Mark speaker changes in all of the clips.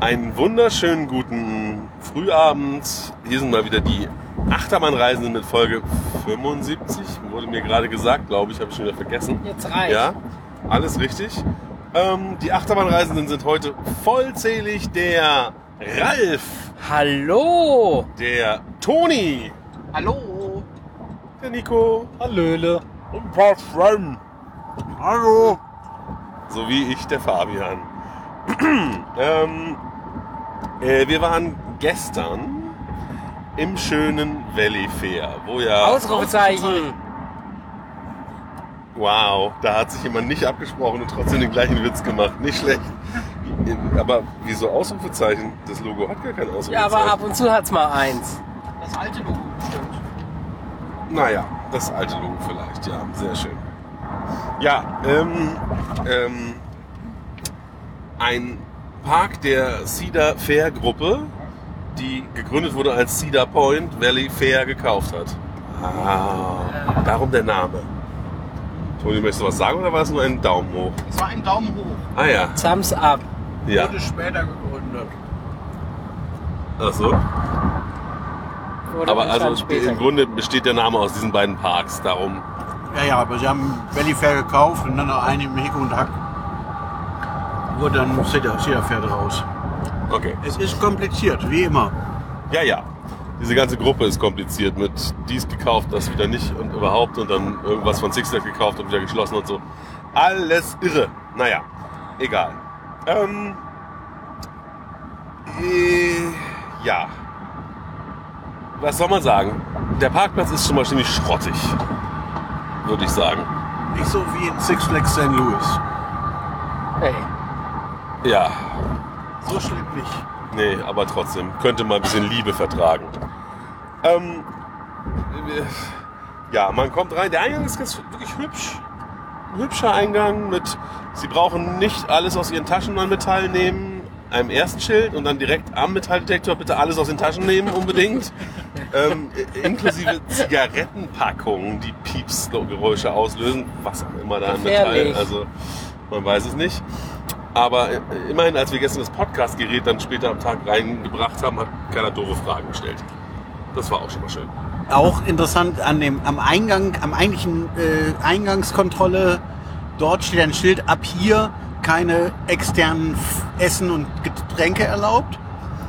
Speaker 1: Einen wunderschönen guten Frühabend. Hier sind mal wieder die Achterbahnreisenden mit Folge 75. Wurde mir gerade gesagt, glaube ich, habe ich schon wieder vergessen.
Speaker 2: Jetzt reicht.
Speaker 1: Ja, alles richtig. Ähm, die Achterbahnreisenden sind heute vollzählig der Ralf,
Speaker 2: Hallo!
Speaker 1: der Toni,
Speaker 2: Hallo!
Speaker 1: der Nico
Speaker 2: Hallöle!
Speaker 1: und ein paar Freunde. Hallo. Sowie ich, der Fabian. ähm, äh, wir waren gestern im schönen Valley Fair, wo ja...
Speaker 2: Ausrufezeichen!
Speaker 1: Wow, da hat sich jemand nicht abgesprochen und trotzdem den gleichen Witz gemacht. Nicht schlecht. Aber wieso Ausrufezeichen? Das Logo hat gar kein Ausrufezeichen.
Speaker 2: Ja, aber ab und zu hat's mal eins.
Speaker 3: Das alte Logo bestimmt.
Speaker 1: Naja, das alte Logo vielleicht, ja, sehr schön. Ja, ähm, ähm, ein Park der Cedar Fair Gruppe, die gegründet wurde, als Cedar Point Valley Fair gekauft hat. Ah, darum der Name. Toni, möchtest du was sagen oder war es nur ein Daumen hoch?
Speaker 3: Es war ein Daumen hoch.
Speaker 1: Ah ja,
Speaker 2: Thumbs up.
Speaker 1: ja.
Speaker 3: Wurde später gegründet.
Speaker 1: Ach so.
Speaker 2: Wurde
Speaker 1: Aber
Speaker 2: ein Stand
Speaker 1: also
Speaker 2: später.
Speaker 1: im Grunde besteht der Name aus diesen beiden Parks, darum.
Speaker 4: Ja, ja, aber sie haben Valley Fair gekauft und dann noch eine im Hick und Hack. Wurde dann Cedar, Cedar Fair draus.
Speaker 1: Okay.
Speaker 4: Es ist kompliziert, wie immer.
Speaker 1: Ja, ja. Diese ganze Gruppe ist kompliziert mit dies gekauft, das wieder nicht und überhaupt und dann irgendwas von Sixpack gekauft und wieder geschlossen und so. Alles irre. Naja, egal. Ähm, äh, ja. Was soll man sagen? Der Parkplatz ist schon mal ziemlich schrottig, würde ich sagen.
Speaker 4: Nicht so wie in Six Flags St. Louis.
Speaker 2: Hey.
Speaker 1: Ja,
Speaker 4: So schlimm nicht.
Speaker 1: Nee, aber trotzdem. Könnte mal ein bisschen Liebe vertragen. Ähm, äh, ja, man kommt rein. Der Eingang ist ganz, wirklich hübsch. Ein hübscher Eingang mit, Sie brauchen nicht alles aus Ihren Taschen an Metall nehmen. Einem ersten Schild und dann direkt am Metalldetektor bitte alles aus den Taschen nehmen, unbedingt. ähm, äh, inklusive Zigarettenpackungen, die Pieps-Geräusche auslösen. Was auch immer da an Metall.
Speaker 2: Gefährlich.
Speaker 1: Also, man weiß es nicht. Aber äh, immerhin, als wir gestern das Podcast-Gerät dann später am Tag reingebracht haben, hat keiner doofe Fragen gestellt. Das war auch schon mal schön.
Speaker 4: Auch interessant an dem, am Eingang, am eigentlichen äh, Eingangskontrolle, dort steht ein Schild, ab hier keine externen F- Essen und Getränke erlaubt.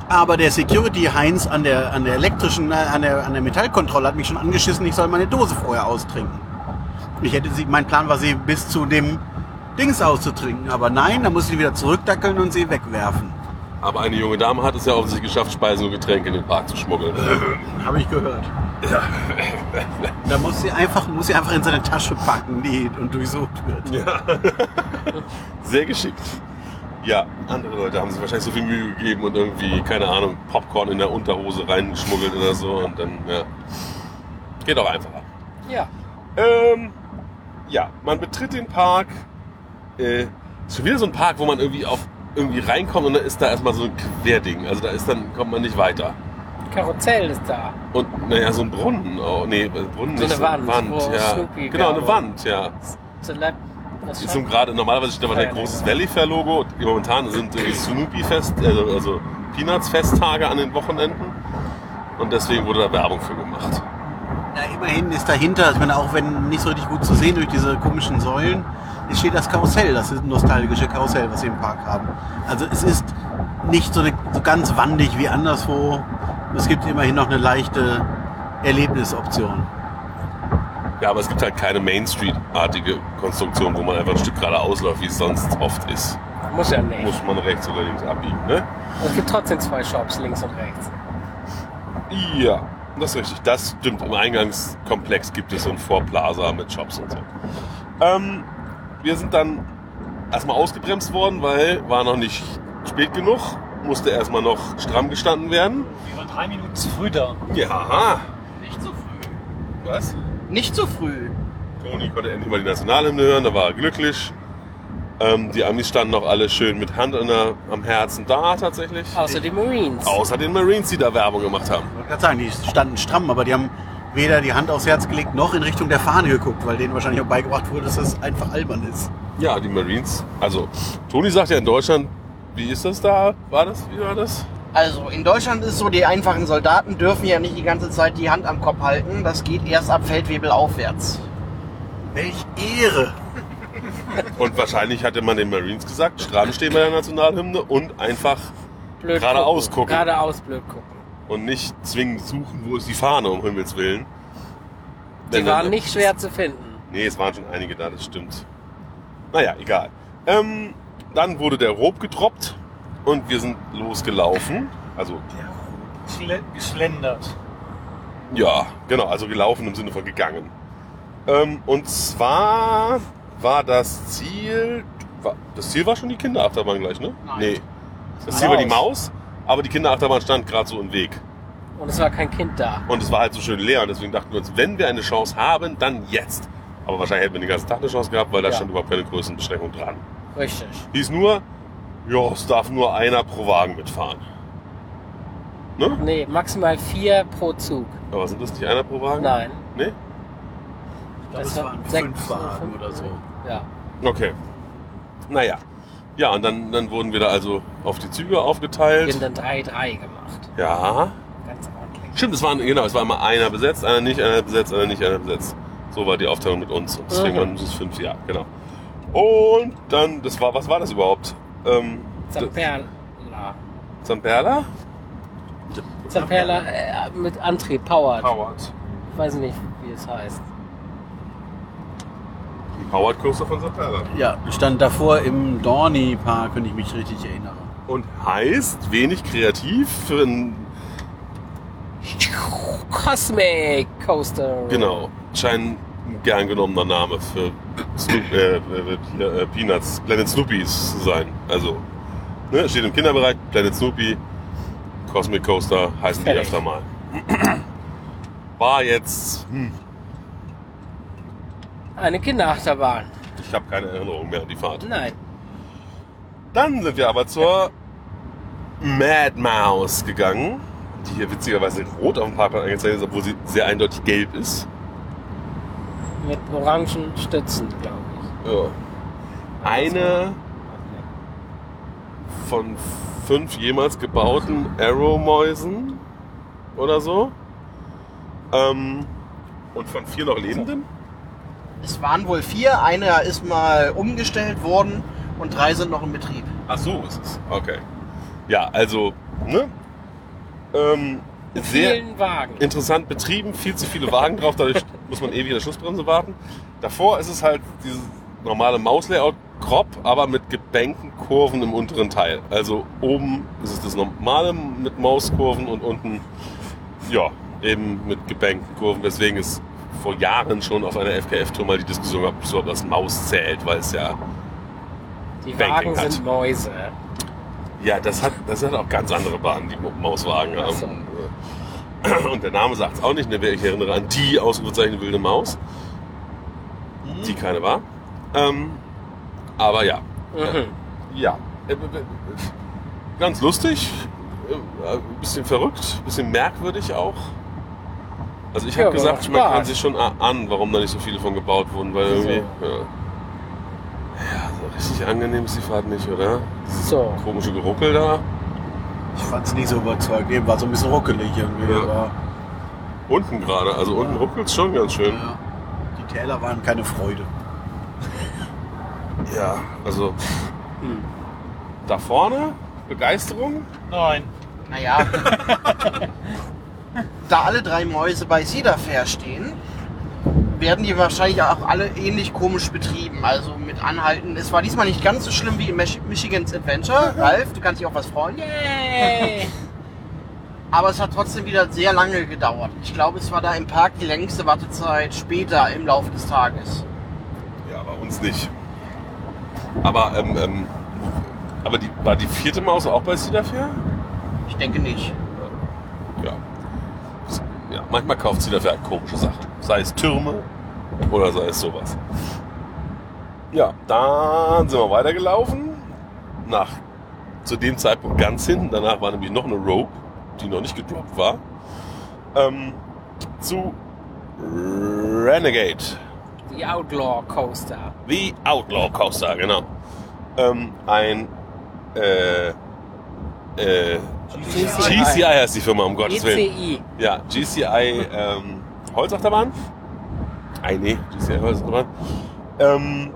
Speaker 4: Aber der Security Heinz an der, an der elektrischen, äh, an der, an der Metallkontrolle hat mich schon angeschissen, ich soll meine Dose vorher austrinken. Ich hätte sie, mein Plan war sie bis zu dem Dings auszutrinken, aber nein, da muss ich wieder zurückdackeln und sie wegwerfen.
Speaker 1: Aber eine junge Dame hat es ja offensichtlich geschafft, Speisen und Getränke in den Park zu schmuggeln.
Speaker 4: Habe ich gehört. Da muss sie einfach, muss sie einfach in seine Tasche packen, die und durchsucht wird.
Speaker 1: Sehr geschickt. Ja, andere Leute haben sich wahrscheinlich so viel Mühe gegeben und irgendwie, keine Ahnung, Popcorn in der Unterhose reingeschmuggelt oder so. Und dann, ja. Geht auch einfacher.
Speaker 2: Ja.
Speaker 1: Ähm, ja, man betritt den Park. Äh, ist schon wieder so ein Park, wo man irgendwie auf irgendwie reinkommt und dann ist da erstmal so ein Querding. Also da ist dann kommt man nicht weiter.
Speaker 2: Karussell ist da.
Speaker 1: Und naja, so ein Brunnen. Oh, nee, Brunnen
Speaker 2: So
Speaker 1: nicht.
Speaker 2: eine Wand, wo
Speaker 1: ja.
Speaker 2: Snoopy
Speaker 1: Genau, eine
Speaker 2: gab.
Speaker 1: Wand, ja.
Speaker 2: Celeb. Das
Speaker 1: Zum gerade normalerweise steht da ein
Speaker 2: Ja.
Speaker 1: großes Valley Fair Logo. Momentan sind irgendwie Snoopy Fest, also, also Peanuts Festtage an den Wochenenden. Und deswegen wurde da Werbung für gemacht.
Speaker 4: Na, immerhin ist dahinter, ich meine, auch wenn nicht so richtig gut zu sehen durch diese komischen Säulen, es steht das Karussell, das ist ein nostalgische Karussell, was sie im Park haben. Also es ist nicht so, eine, so ganz wandig wie anderswo. Es gibt immerhin noch eine leichte Erlebnisoption.
Speaker 1: Ja, aber es gibt halt keine Main Street-artige Konstruktion, wo man einfach ein Stück geradeaus läuft, wie es sonst oft ist.
Speaker 2: Muss ja nicht.
Speaker 1: Muss man rechts oder links abbiegen, ne?
Speaker 2: Es gibt trotzdem zwei Shops, links und rechts.
Speaker 1: Ja, das ist richtig. Das stimmt. Im Eingangskomplex gibt es so ein Vorplaza mit Shops und so. Ähm, wir sind dann erstmal ausgebremst worden, weil war noch nicht spät genug. Musste erstmal noch stramm gestanden werden.
Speaker 3: Wir waren drei Minuten zu früh da.
Speaker 1: Ja,
Speaker 3: Nicht zu früh.
Speaker 1: was?
Speaker 3: Nicht zu früh.
Speaker 1: Toni konnte endlich mal die Nationalhymne hören, da war er glücklich. Ähm, die Amis standen auch alle schön mit Hand an der, am Herzen da tatsächlich.
Speaker 3: Ah.
Speaker 2: Außer die Marines.
Speaker 1: Außer den Marines, die da Werbung gemacht haben.
Speaker 4: Ich wollte gerade sagen, die standen stramm, aber die haben weder die Hand aufs Herz gelegt noch in Richtung der Fahne geguckt, weil denen wahrscheinlich auch beigebracht wurde, dass das einfach albern ist.
Speaker 1: Ja, die Marines. Also, Toni sagt ja in Deutschland, Wie ist das da? War das? Wie war das?
Speaker 5: Also in Deutschland ist so, die einfachen Soldaten dürfen ja nicht die ganze Zeit die Hand am Kopf halten. Das geht erst ab Feldwebel aufwärts.
Speaker 4: Welch Ehre.
Speaker 1: Und wahrscheinlich hatte man den Marines gesagt, stramm stehen bei der Nationalhymne und einfach
Speaker 2: Blöd
Speaker 1: Geradeaus
Speaker 2: gucken.
Speaker 1: gucken.
Speaker 2: Geradeaus blöd gucken.
Speaker 1: und nicht zwingend suchen, wo ist die Fahne, um Himmels Willen.
Speaker 2: Die
Speaker 1: Wenn-
Speaker 2: waren nicht schwer zu finden.
Speaker 1: Nee, es waren schon einige da, das stimmt. Naja, egal. Ähm, dann wurde der Rob getroppt und wir sind losgelaufen. Also,
Speaker 3: Schle geschlendert.
Speaker 1: ja, genau, also gelaufen im Sinne von gegangen. Ähm, und zwar war das Ziel. War, das Ziel war schon die Kinderachterbahn gleich, ne?
Speaker 5: Nein.
Speaker 1: Nee. Das Ziel war die Maus, aber die Kinderachterbahn stand gerade so im Weg.
Speaker 2: Und es war kein Kind da.
Speaker 1: Und es war halt so schön leer und deswegen dachten wir uns, wenn wir eine Chance haben, dann jetzt. Aber wahrscheinlich hätten wir den ganzen Tag eine Chance gehabt, weil da
Speaker 2: Ja.
Speaker 1: stand überhaupt keine Größenbeschränkung dran.
Speaker 2: Richtig.
Speaker 1: Hieß nur, ja, es darf nur einer pro Wagen mitfahren. Ne?
Speaker 2: Nee, maximal vier pro Zug.
Speaker 1: Aber sind das nicht einer pro Wagen?
Speaker 2: Nein.
Speaker 1: Nee?
Speaker 3: Das
Speaker 2: Das
Speaker 3: waren
Speaker 2: sechs-
Speaker 3: fünf Wagen oder so.
Speaker 2: Ja.
Speaker 1: Okay. Naja. Ja, und dann, dann wurden wir da also auf die Züge aufgeteilt.
Speaker 2: Wir haben dann 3-3 gemacht.
Speaker 1: Ja.
Speaker 2: Ganz ordentlich.
Speaker 1: Stimmt, es waren, genau, es war immer einer besetzt, einer nicht, einer besetzt, einer nicht, einer besetzt. So war die Aufteilung mit uns. Und deswegen
Speaker 2: Mhm.
Speaker 1: waren es fünf, ja, genau. Und dann, das war, was war das überhaupt? Ähm,
Speaker 2: Zamperla.
Speaker 1: Zamperla?
Speaker 2: Zamperla äh, mit Antrieb, powered.
Speaker 1: Howard.
Speaker 2: Ich weiß nicht, wie es heißt.
Speaker 1: Die Howard-Kurse von Zamperla.
Speaker 4: Ja, stand davor im Dorney Park, wenn ich mich richtig erinnere.
Speaker 1: Und heißt wenig kreativ für ein,
Speaker 2: Cosmic Coaster.
Speaker 1: genau, scheint ein gern genommener Name für Snoop, äh, äh, hier, äh, Peanuts, Planet Snoopies zu sein. Also, ne, steht im Kinderbereich, Planet Snoopy, Cosmic Coaster heißen die
Speaker 2: Fertig.
Speaker 1: öfter mal. War jetzt, hm,
Speaker 2: Eine Kinderachterbahn.
Speaker 1: ich habe keine Erinnerung mehr an die Fahrt.
Speaker 2: Nein.
Speaker 1: Dann sind wir aber zur Mad Mouse gegangen, die hier witzigerweise rot auf dem Parkplatz angezeigt ist, obwohl sie sehr eindeutig gelb ist.
Speaker 2: Mit orangen Stützen, glaube ich.
Speaker 1: Ja. Eine von fünf jemals gebauten Arrow-Mäusen oder so. Ähm, und von vier noch lebenden.
Speaker 5: Es waren wohl vier, einer ist mal umgestellt worden und drei sind noch im Betrieb.
Speaker 1: Ach so, ist es. Okay. Ja, also, ne? Ähm,
Speaker 2: Mit
Speaker 1: sehr
Speaker 2: vielen Wagen.
Speaker 1: interessant betrieben, viel zu viele Wagen drauf, dadurch muss man ewig in der Schussbremse warten. Davor ist es halt dieses normale Maus-Layout, grob, aber mit gebänkten Kurven im unteren Teil. Also oben ist es das normale mit Mauskurven und unten, ja, eben mit gebänkten Kurven. Deswegen ist vor Jahren schon auf einer FKF-Tour mal die Diskussion gehabt, ob es überhaupt als Maus zählt, weil es ja,
Speaker 2: Die
Speaker 1: Banking
Speaker 2: Wagen
Speaker 1: hat.
Speaker 2: sind Mäuse.
Speaker 1: ja, das hat, das hat auch ganz andere Bahnen, die Mauswagen
Speaker 2: Ach
Speaker 1: haben.
Speaker 2: so.
Speaker 1: Und der Name sagt es auch nicht, ne? ich erinnere an die ausgezeichnet wilde Maus, die keine war. Ähm, aber ja,
Speaker 2: Mhm.
Speaker 1: ja. Äh, äh, äh, Ganz lustig, äh, äh, ein bisschen verrückt, ein bisschen merkwürdig auch. Also ich
Speaker 2: Ja,
Speaker 1: habe
Speaker 2: aber
Speaker 1: gesagt,
Speaker 2: macht
Speaker 1: man kann
Speaker 2: Spaß.
Speaker 1: sich schon ahnen, warum da nicht so viele von gebaut wurden, weil
Speaker 2: Also.
Speaker 1: irgendwie... Ja, ja so richtig angenehm ist die Fahrt nicht, oder?
Speaker 2: So.
Speaker 1: Komische Geruckel da.
Speaker 4: Ich fand's nicht so überzeugend. Eben war so ein bisschen ruckelig irgendwie.
Speaker 1: Ja.
Speaker 4: Aber,
Speaker 1: Unten gerade, also unten ruckelt's schon ganz schön.
Speaker 4: ja, die Täler waren keine Freude.
Speaker 1: Ja, also da vorne Begeisterung.
Speaker 3: Nein.
Speaker 5: Naja. da alle drei Mäuse bei Cedar Fair stehen, werden die wahrscheinlich auch alle ähnlich komisch betrieben. Also mit Anhalten. Es war diesmal nicht ganz so schlimm wie in Mich Michigan's Adventure. Ralf, du kannst dich auf was freuen.
Speaker 2: Yay!
Speaker 5: Aber es hat trotzdem wieder sehr lange gedauert. Ich glaube, es war da im Park die längste Wartezeit später im Laufe des Tages.
Speaker 1: Ja, bei uns nicht. Aber ähm, ähm, aber die, war die vierte Maus auch bei Cedar Fair?
Speaker 5: Ich denke nicht.
Speaker 1: Ja. ja. Manchmal kauft Cedar Fair halt komische Sachen. Sei es Türme oder sei es sowas. Ja, dann sind wir weitergelaufen. Nach zu dem Zeitpunkt ganz hinten. Danach war nämlich noch eine Rope, die noch nicht gedroppt war. Ähm, zu Renegade.
Speaker 2: Die Outlaw Coaster.
Speaker 1: The Outlaw Coaster, genau. Ähm, ein äh, äh,
Speaker 2: GCI.
Speaker 1: GCI heißt die Firma, um Gottes Willen.
Speaker 2: ECI.
Speaker 1: Ja, GCI ähm, Holzachterbahn. Ei, nee, GCI Holzachterbahn. Ähm,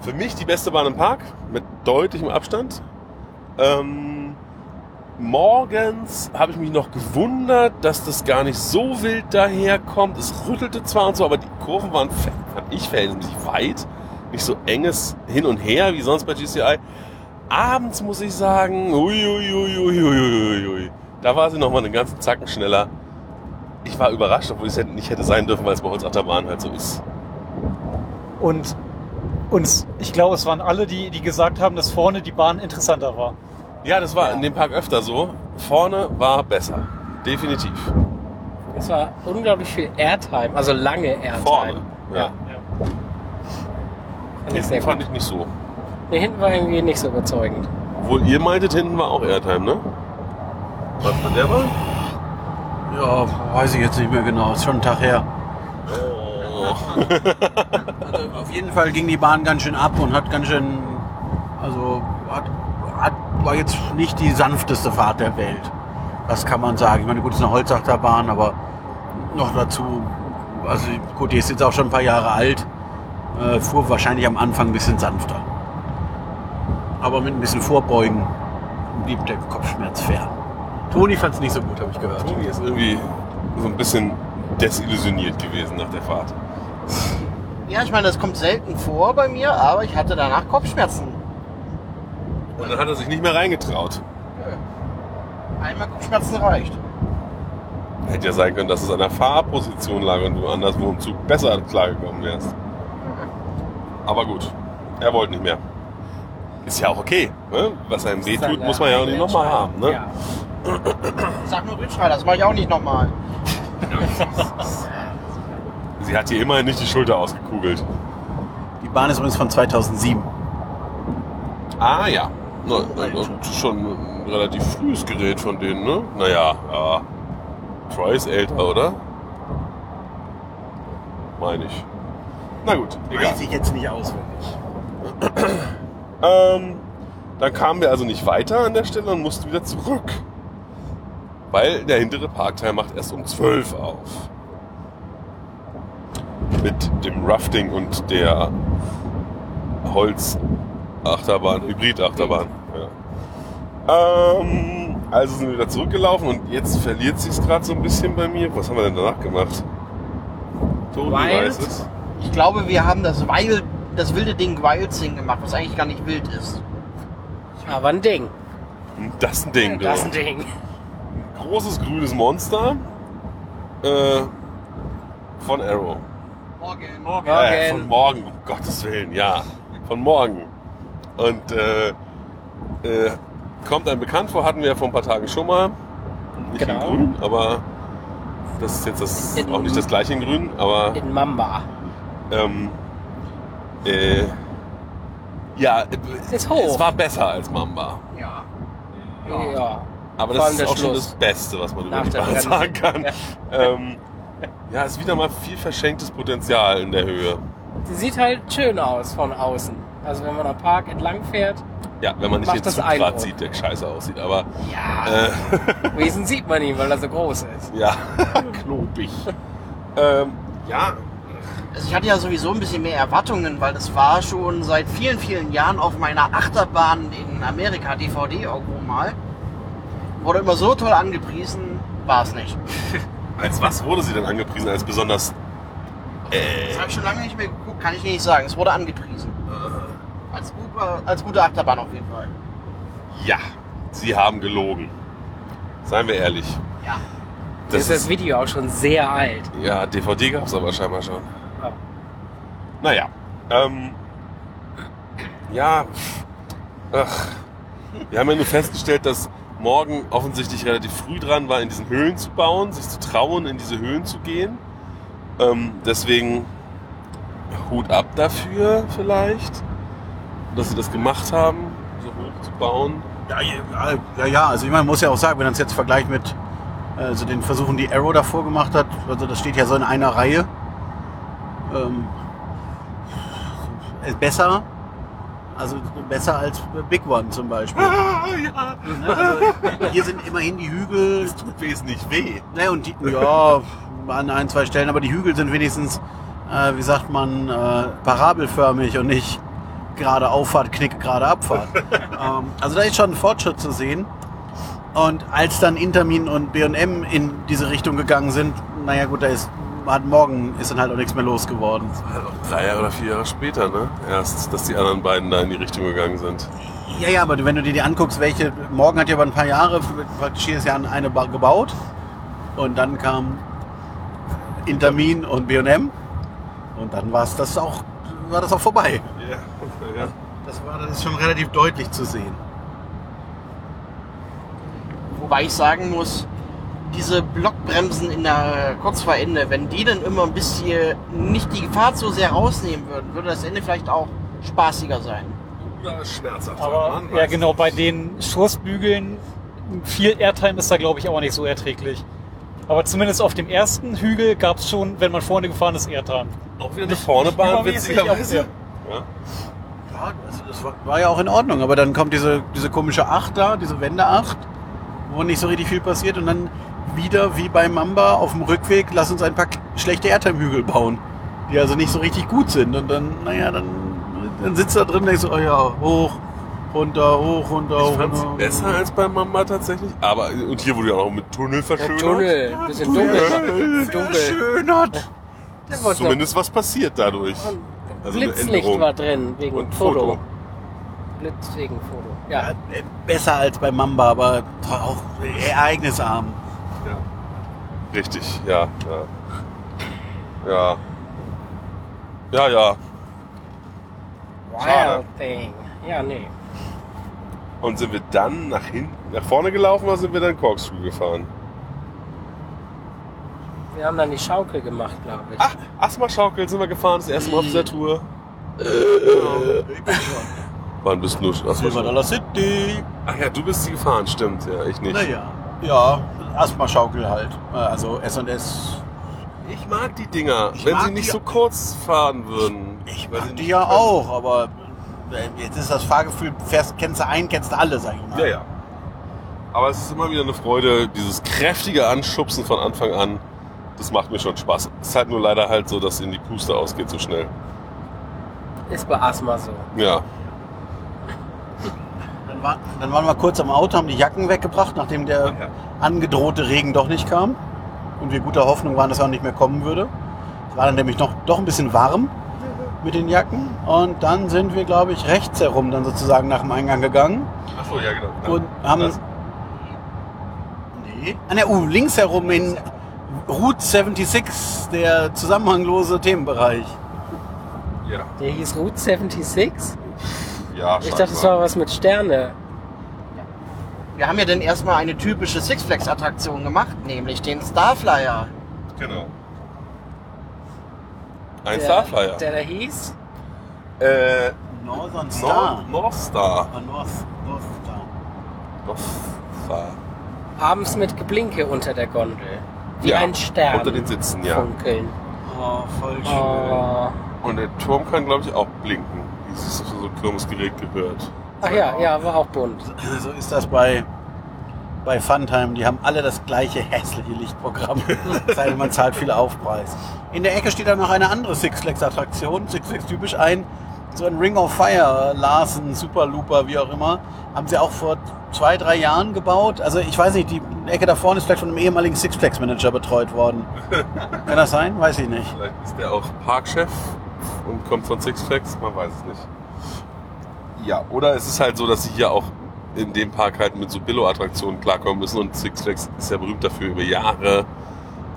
Speaker 1: für mich die beste Bahn im Park, mit deutlichem Abstand. Ähm, morgens habe ich mich noch gewundert, dass das gar nicht so wild daherkommt. Es rüttelte zwar und so, aber die Kurven waren, ver- fand ich, verhältnismäßig weit. Nicht so enges Hin und Her wie sonst bei GCI. Abends muss ich sagen, uiuiuiuiuiui. Da war sie nochmal einen ganzen Zacken schneller. Ich war überrascht, obwohl ich es hätte- nicht hätte sein dürfen, weil es bei uns Achterbahn halt so ist.
Speaker 3: Und uns, ich glaube, es waren alle, die, die gesagt haben, dass vorne die Bahn interessanter war.
Speaker 1: Ja, das war in dem Park öfter so. Vorne war besser. Definitiv.
Speaker 2: Es war unglaublich viel Airtime, also lange Airtime.
Speaker 1: Vorne. Ja.
Speaker 2: Fand ich sehr
Speaker 1: Hinten fand
Speaker 2: gut.
Speaker 1: ich nicht so.
Speaker 2: Nee, hinten war irgendwie nicht so überzeugend.
Speaker 1: Obwohl ihr meintet, hinten war auch Airtime, ne? Was war der war?
Speaker 4: Ja, weiß ich jetzt nicht mehr genau. Ist schon ein Tag her. Also auf jeden Fall ging die Bahn ganz schön ab und hat ganz schön, also hat, hat, war jetzt nicht die sanfteste Fahrt der Welt. Das kann man sagen. Ich meine, gut, es ist eine Holzachterbahn, aber noch dazu, also gut, die ist jetzt auch schon ein paar Jahre alt, äh, fuhr wahrscheinlich am Anfang ein bisschen sanfter. Aber mit ein bisschen Vorbeugen blieb der Kopfschmerz fern. Toni fand es nicht so gut, habe ich gehört.
Speaker 1: Toni ist irgendwie so ein bisschen desillusioniert gewesen nach der Fahrt.
Speaker 5: Ja, ich meine, das kommt selten vor bei mir, aber ich hatte danach Kopfschmerzen.
Speaker 1: Und dann hat er sich nicht mehr reingetraut.
Speaker 5: Einmal Kopfschmerzen reicht.
Speaker 1: Hätte ja sein können, dass es an der Fahrposition lag und du anderswo im Zug besser klargekommen wärst. Aber gut, er wollte nicht mehr. Ist ja auch okay. Ne? Was einem
Speaker 2: Das ist
Speaker 1: wehtut,
Speaker 2: eine
Speaker 1: muss man ja auch nicht
Speaker 2: eigene
Speaker 1: nochmal haben. Ne?
Speaker 2: Entscheidung.
Speaker 5: Sag nur Rückschreiber, das mache ich auch nicht nochmal.
Speaker 1: Sie hat hier immerhin nicht die Schulter ausgekugelt.
Speaker 4: Die Bahn ist übrigens von 2007.
Speaker 1: Ah ja. Na, na, na, schon ein relativ frühes Gerät von denen, ne? Naja, ja. Troy ist älter, oder? Meine ich. Na gut, egal.
Speaker 4: Weiß ich jetzt nicht auswendig.
Speaker 1: Ähm, dann kamen wir also nicht weiter an der Stelle und mussten wieder zurück. Weil der hintere Parkteil macht erst um 12 auf. Mit dem Rafting und der Holzachterbahn, Hybridachterbahn. Ja. Ähm, also sind wir wieder zurückgelaufen und jetzt verliert sich's gerade so ein bisschen bei mir. Was haben wir denn danach gemacht? Toni
Speaker 2: Wild?
Speaker 1: weiß es.
Speaker 5: Ich glaube, wir haben das, Wild, das wilde Ding Wild Sing gemacht, was eigentlich gar nicht wild ist.
Speaker 2: Ja. Aber ein Ding.
Speaker 1: Das ist ein Ding,
Speaker 2: Das ist
Speaker 1: du.
Speaker 2: ein Ding.
Speaker 1: großes grünes Monster äh, von Arrow.
Speaker 5: Morgen.
Speaker 2: Morgen.
Speaker 1: Äh, von morgen, um Gottes Willen, ja. Von morgen. Und äh, äh, kommt einem bekannt vor, hatten wir ja vor ein paar Tagen schon mal. Nicht
Speaker 2: Genau.
Speaker 1: in grün, aber das ist jetzt das,
Speaker 2: In-
Speaker 1: auch nicht das gleiche in grün, aber
Speaker 2: In Mamba.
Speaker 1: ähm, äh, ja, äh,
Speaker 2: Ist hoch.
Speaker 1: es war besser als Mamba.
Speaker 5: Ja.
Speaker 2: Ja.
Speaker 1: Aber
Speaker 2: Vor
Speaker 1: das
Speaker 2: allem
Speaker 1: ist
Speaker 2: der
Speaker 1: auch schon
Speaker 2: Schluss.
Speaker 1: das Beste, was man über
Speaker 2: Nach
Speaker 1: die
Speaker 2: der
Speaker 1: Bahn
Speaker 2: Bremse.
Speaker 1: sagen kann.
Speaker 2: Ja.
Speaker 1: Ähm, ja, ist wieder mal viel verschenktes Potenzial in der Höhe.
Speaker 2: Sie sieht halt schön aus von außen. Also wenn man am Park entlang fährt,
Speaker 1: Ja, wenn man nicht
Speaker 2: Macht
Speaker 1: den
Speaker 2: das
Speaker 1: Zug
Speaker 2: Eindruck.
Speaker 1: grad sieht, der scheiße aussieht. Aber
Speaker 2: ja,
Speaker 1: äh,
Speaker 2: Wesen sieht man ihn, weil er so groß ist.
Speaker 1: ja, klobig. ähm, ja,
Speaker 5: Also ich hatte ja sowieso ein bisschen mehr Erwartungen, weil das war schon seit vielen, vielen Jahren auf meiner Achterbahn in Amerika, DVD irgendwo mal. Wurde immer so toll angepriesen, war es nicht.
Speaker 1: als was wurde sie denn angepriesen? Als besonders...
Speaker 5: Das habe ich schon lange nicht mehr geguckt, kann ich nicht sagen. Es wurde angepriesen. Als, gute- als gute Achterbahn auf jeden Fall.
Speaker 1: Ja, sie haben gelogen. Seien wir ehrlich.
Speaker 5: Ja.
Speaker 2: Das ist das
Speaker 1: ist,
Speaker 2: Video auch schon sehr alt.
Speaker 1: ja, DVD gab's aber scheinbar schon.
Speaker 2: Ja.
Speaker 1: Naja. Ähm, ja. Ach, wir haben ja nur festgestellt, dass morgen offensichtlich relativ früh dran war, in diesen Höhlen zu bauen, sich zu trauen, in diese Höhlen zu gehen. Ähm, deswegen Hut ab dafür vielleicht, dass sie das gemacht haben, so hoch zu bauen.
Speaker 4: Ja, ja, ja, ja, also ich meine, man muss ja auch sagen, wenn man es jetzt vergleicht mit also den Versuchen, die Arrow davor gemacht hat, also das steht ja so in einer Reihe. Ähm, äh, besser, Also besser als Big One zum Beispiel.
Speaker 1: Ah, ja.
Speaker 4: Also, hier sind immerhin die Hügel.
Speaker 1: Es tut wesentlich weh.
Speaker 4: Ne, und die, ja, an ein, zwei Stellen, aber die Hügel sind wenigstens, äh, wie sagt man, äh, parabelförmig und nicht gerade Auffahrt, Knick, gerade Abfahrt. ähm, also da ist schon ein Fortschritt zu sehen. Und als dann Intermin und BM in diese Richtung gegangen sind, naja gut, da ist hat morgen ist dann halt auch nichts mehr los geworden.
Speaker 1: Also drei Jahre oder vier Jahre später, ne? Erst, dass die anderen beiden da in die Richtung gegangen sind.
Speaker 4: Ja, ja, aber wenn du dir die anguckst, welche, morgen hat ja über ein paar Jahre, praktisch jedes Jahr eine ba- gebaut. Und dann kam Intermin und BM. Und dann war es das auch, war das auch vorbei.
Speaker 1: Ja, ja.
Speaker 4: Das war das ist schon relativ deutlich zu sehen.
Speaker 5: Wobei ich sagen muss, diese Blockbremsen in der kurz vor Ende, wenn die dann immer ein bisschen nicht die Fahrt so sehr rausnehmen würden, würde das Ende vielleicht auch spaßiger sein.
Speaker 1: Oder schmerzhaft.
Speaker 3: Aber
Speaker 1: Mann,
Speaker 3: ja,
Speaker 1: weiß
Speaker 3: genau,
Speaker 1: ich
Speaker 3: bei
Speaker 1: nicht.
Speaker 3: den Schussbügeln viel Airtime ist da, glaube ich, auch nicht so erträglich. Aber zumindest auf dem ersten Hügel gab es schon, wenn man vorne gefahren ist, Airtime.
Speaker 1: Auch wieder eine vorne Bahn,
Speaker 3: übermäßig,
Speaker 1: witzigerweise. Ja.
Speaker 4: Ja, also das war, war ja auch in Ordnung, aber dann kommt diese, diese komische Acht da, diese Wende 8, wo nicht so richtig viel passiert und dann wieder wie bei Mamba auf dem Rückweg, lass uns ein paar k- schlechte Airtime-Hügel bauen, die also nicht so richtig gut sind und dann, naja, dann, dann sitzt da drin und denkst, du, oh ja, hoch, runter, hoch, runter,
Speaker 1: Ich
Speaker 4: hoch.
Speaker 1: fand es
Speaker 4: runter.
Speaker 1: besser als bei Mamba tatsächlich. Aber, und hier wurde ja auch mit Tunnel
Speaker 2: Der
Speaker 1: verschönert.
Speaker 2: Tunnel, bisschen dunkel. dunkel.
Speaker 4: Verschönert.
Speaker 2: Der wurde
Speaker 1: Zumindest was passiert dadurch.
Speaker 2: noch-
Speaker 1: also eine
Speaker 2: Blitzlicht
Speaker 1: Änderung.
Speaker 2: war drin, wegen
Speaker 1: Und
Speaker 2: Foto.
Speaker 1: Foto.
Speaker 2: Blitz wegen Foto. Ja,
Speaker 4: Ja, Besser als bei Mamba, aber auch ereignisarm.
Speaker 1: Ja. Richtig, ja, ja. Ja. Ja, ja. schade.
Speaker 2: Wild Thing. Ja, nee.
Speaker 1: Und sind wir dann nach hinten, nach vorne gelaufen oder sind wir dann Corkscrew gefahren?
Speaker 2: Wir haben dann die Schaukel gemacht, glaube ich.
Speaker 1: Ach, Ah, Asthma-Schaukel sind wir gefahren, das erste Mal auf dieser Tour.
Speaker 2: Äh,
Speaker 1: Genau. Wann bist du?
Speaker 4: Silver
Speaker 1: Asthma
Speaker 4: Dollar City.
Speaker 1: Ach ja, du bist die gefahren, stimmt. Ja, ich nicht.
Speaker 4: Naja, ja, Asthma-Schaukel halt. Äh, Also S&S.
Speaker 1: Ich mag die Dinger,
Speaker 4: Ich
Speaker 1: wenn
Speaker 4: mag
Speaker 1: sie nicht
Speaker 4: die-
Speaker 1: so kurz fahren würden. Weil sie
Speaker 4: Die
Speaker 1: nicht
Speaker 4: ja
Speaker 1: können.
Speaker 4: auch, aber äh, jetzt ist das Fahrgefühl, fährst, kennst du einen, kennst du alle, sag ich mal.
Speaker 1: Ja, ja. Aber es ist immer wieder eine Freude, dieses kräftige Anschubsen von Anfang an. Das macht mir schon Spaß. Es ist halt nur leider halt so, dass ihnen die Puste ausgeht so schnell.
Speaker 2: Ist bei Asthma so.
Speaker 1: Ja.
Speaker 4: Dann, war, dann waren wir kurz am Auto, haben die Jacken weggebracht, nachdem der
Speaker 1: Ja.
Speaker 4: angedrohte Regen doch nicht kam. Und wir guter Hoffnung waren, dass er auch nicht mehr kommen würde. Es war dann nämlich noch, doch ein bisschen warm mit den Jacken. Und dann sind wir, glaube ich, rechts herum dann sozusagen nach dem Eingang gegangen.
Speaker 1: Achso, ja, genau. Ja.
Speaker 4: Und haben.
Speaker 1: Das-
Speaker 4: Nee. An der U, links herum in Route 76, der zusammenhanglose Themenbereich.
Speaker 1: ja.
Speaker 2: Der hieß Route 76?
Speaker 1: ja
Speaker 2: Ich dachte, es war was mit Sterne.
Speaker 5: Wir haben ja dann erstmal eine typische Six Flags Attraktion gemacht, nämlich den Starflyer.
Speaker 1: Genau. Ein
Speaker 2: der,
Speaker 1: Starflyer.
Speaker 2: Der da hieß?
Speaker 1: äh,
Speaker 4: Northern
Speaker 1: Nor
Speaker 4: Star.
Speaker 1: North Star.
Speaker 4: Ah, North, North Star.
Speaker 1: North Star.
Speaker 2: Abends mit Geblinke unter der Gondel. Wie
Speaker 1: Ja,
Speaker 2: ein Stern.
Speaker 1: unter den Sitzen, ja.
Speaker 2: Funkeln.
Speaker 4: Oh, voll schön.
Speaker 2: Oh.
Speaker 1: Und der Turm kann, glaube ich, auch blinken. Das ist so ein Kirmesgerät gehört.
Speaker 2: Ach ja, ja, war auch bunt.
Speaker 4: Also So ist das bei, bei Funtime. Die haben alle das gleiche hässliche Lichtprogramm. Sei denn, man zahlt viel Aufpreis. In der Ecke steht dann noch eine andere Six Flags Attraktion. Six Flags typisch ein, so ein Ring of Fire, Larsen, Super Looper, wie auch immer. Haben sie auch vor zwei, drei Jahren gebaut. Also ich weiß nicht, die Ecke da vorne ist vielleicht von einem ehemaligen Six Flags Manager betreut worden. Kann das sein? Weiß ich nicht.
Speaker 1: Vielleicht ist der auch Parkchef und kommt von Six Flags, man weiß es nicht. Ja, oder es ist halt so, dass sie hier auch in dem Park halt mit so Billo-Attraktionen klarkommen müssen und Six Flags ist ja berühmt dafür, über Jahre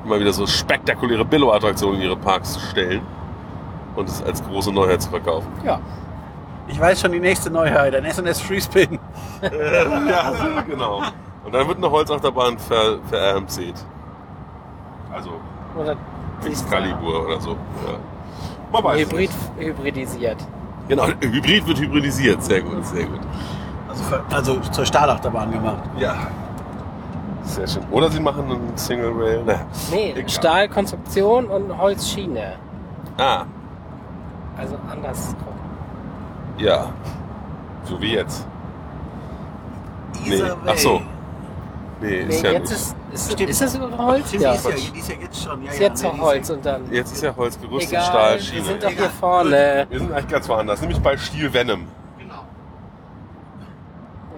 Speaker 1: immer wieder so spektakuläre Billo-Attraktionen in ihre Parks zu stellen und es als große Neuheit zu verkaufen.
Speaker 2: Ja.
Speaker 4: Ich weiß schon die nächste Neuheit, ein SNS Freespin.
Speaker 1: ja, genau. Und dann wird eine Holzachterbahn ver, ver RMC'd. Also
Speaker 2: Oder
Speaker 1: Excalibur oder so. Ja. Man weiß es
Speaker 2: Hybrid,
Speaker 1: nicht.
Speaker 2: hybridisiert.
Speaker 1: Genau, Hybrid wird hybridisiert. Sehr gut, sehr gut.
Speaker 4: Also, für, also zur Stahlachterbahn gemacht.
Speaker 1: Ja. Sehr schön. Oder sie machen einen Single Rail. Na,
Speaker 2: Nee,
Speaker 1: egal.
Speaker 2: Stahlkonstruktion und Holzschiene.
Speaker 1: Ah,
Speaker 2: Also anders.
Speaker 1: ja. So wie jetzt. Nee.
Speaker 4: Dieser
Speaker 1: Ach so.
Speaker 4: Way.
Speaker 1: Nee,
Speaker 2: Nee,
Speaker 1: ist ja
Speaker 2: jetzt
Speaker 1: nicht.
Speaker 2: ist, ist,
Speaker 4: Stimmt.
Speaker 2: ist das überhaupt Holz?
Speaker 4: Stimmt,
Speaker 2: Ja.
Speaker 4: die, ist ja,
Speaker 2: Ist
Speaker 4: die ist ja jetzt schon. Ja,
Speaker 2: jetzt
Speaker 4: ja,
Speaker 2: noch Holz und dann.
Speaker 1: Jetzt ist ja Holzgerüst und
Speaker 2: Egal, wir
Speaker 1: Stahlschiene.
Speaker 2: sind doch hier
Speaker 4: Egal.
Speaker 2: vorne.
Speaker 1: Wir sind eigentlich ganz woanders, nämlich bei Steel Venom.
Speaker 5: Genau.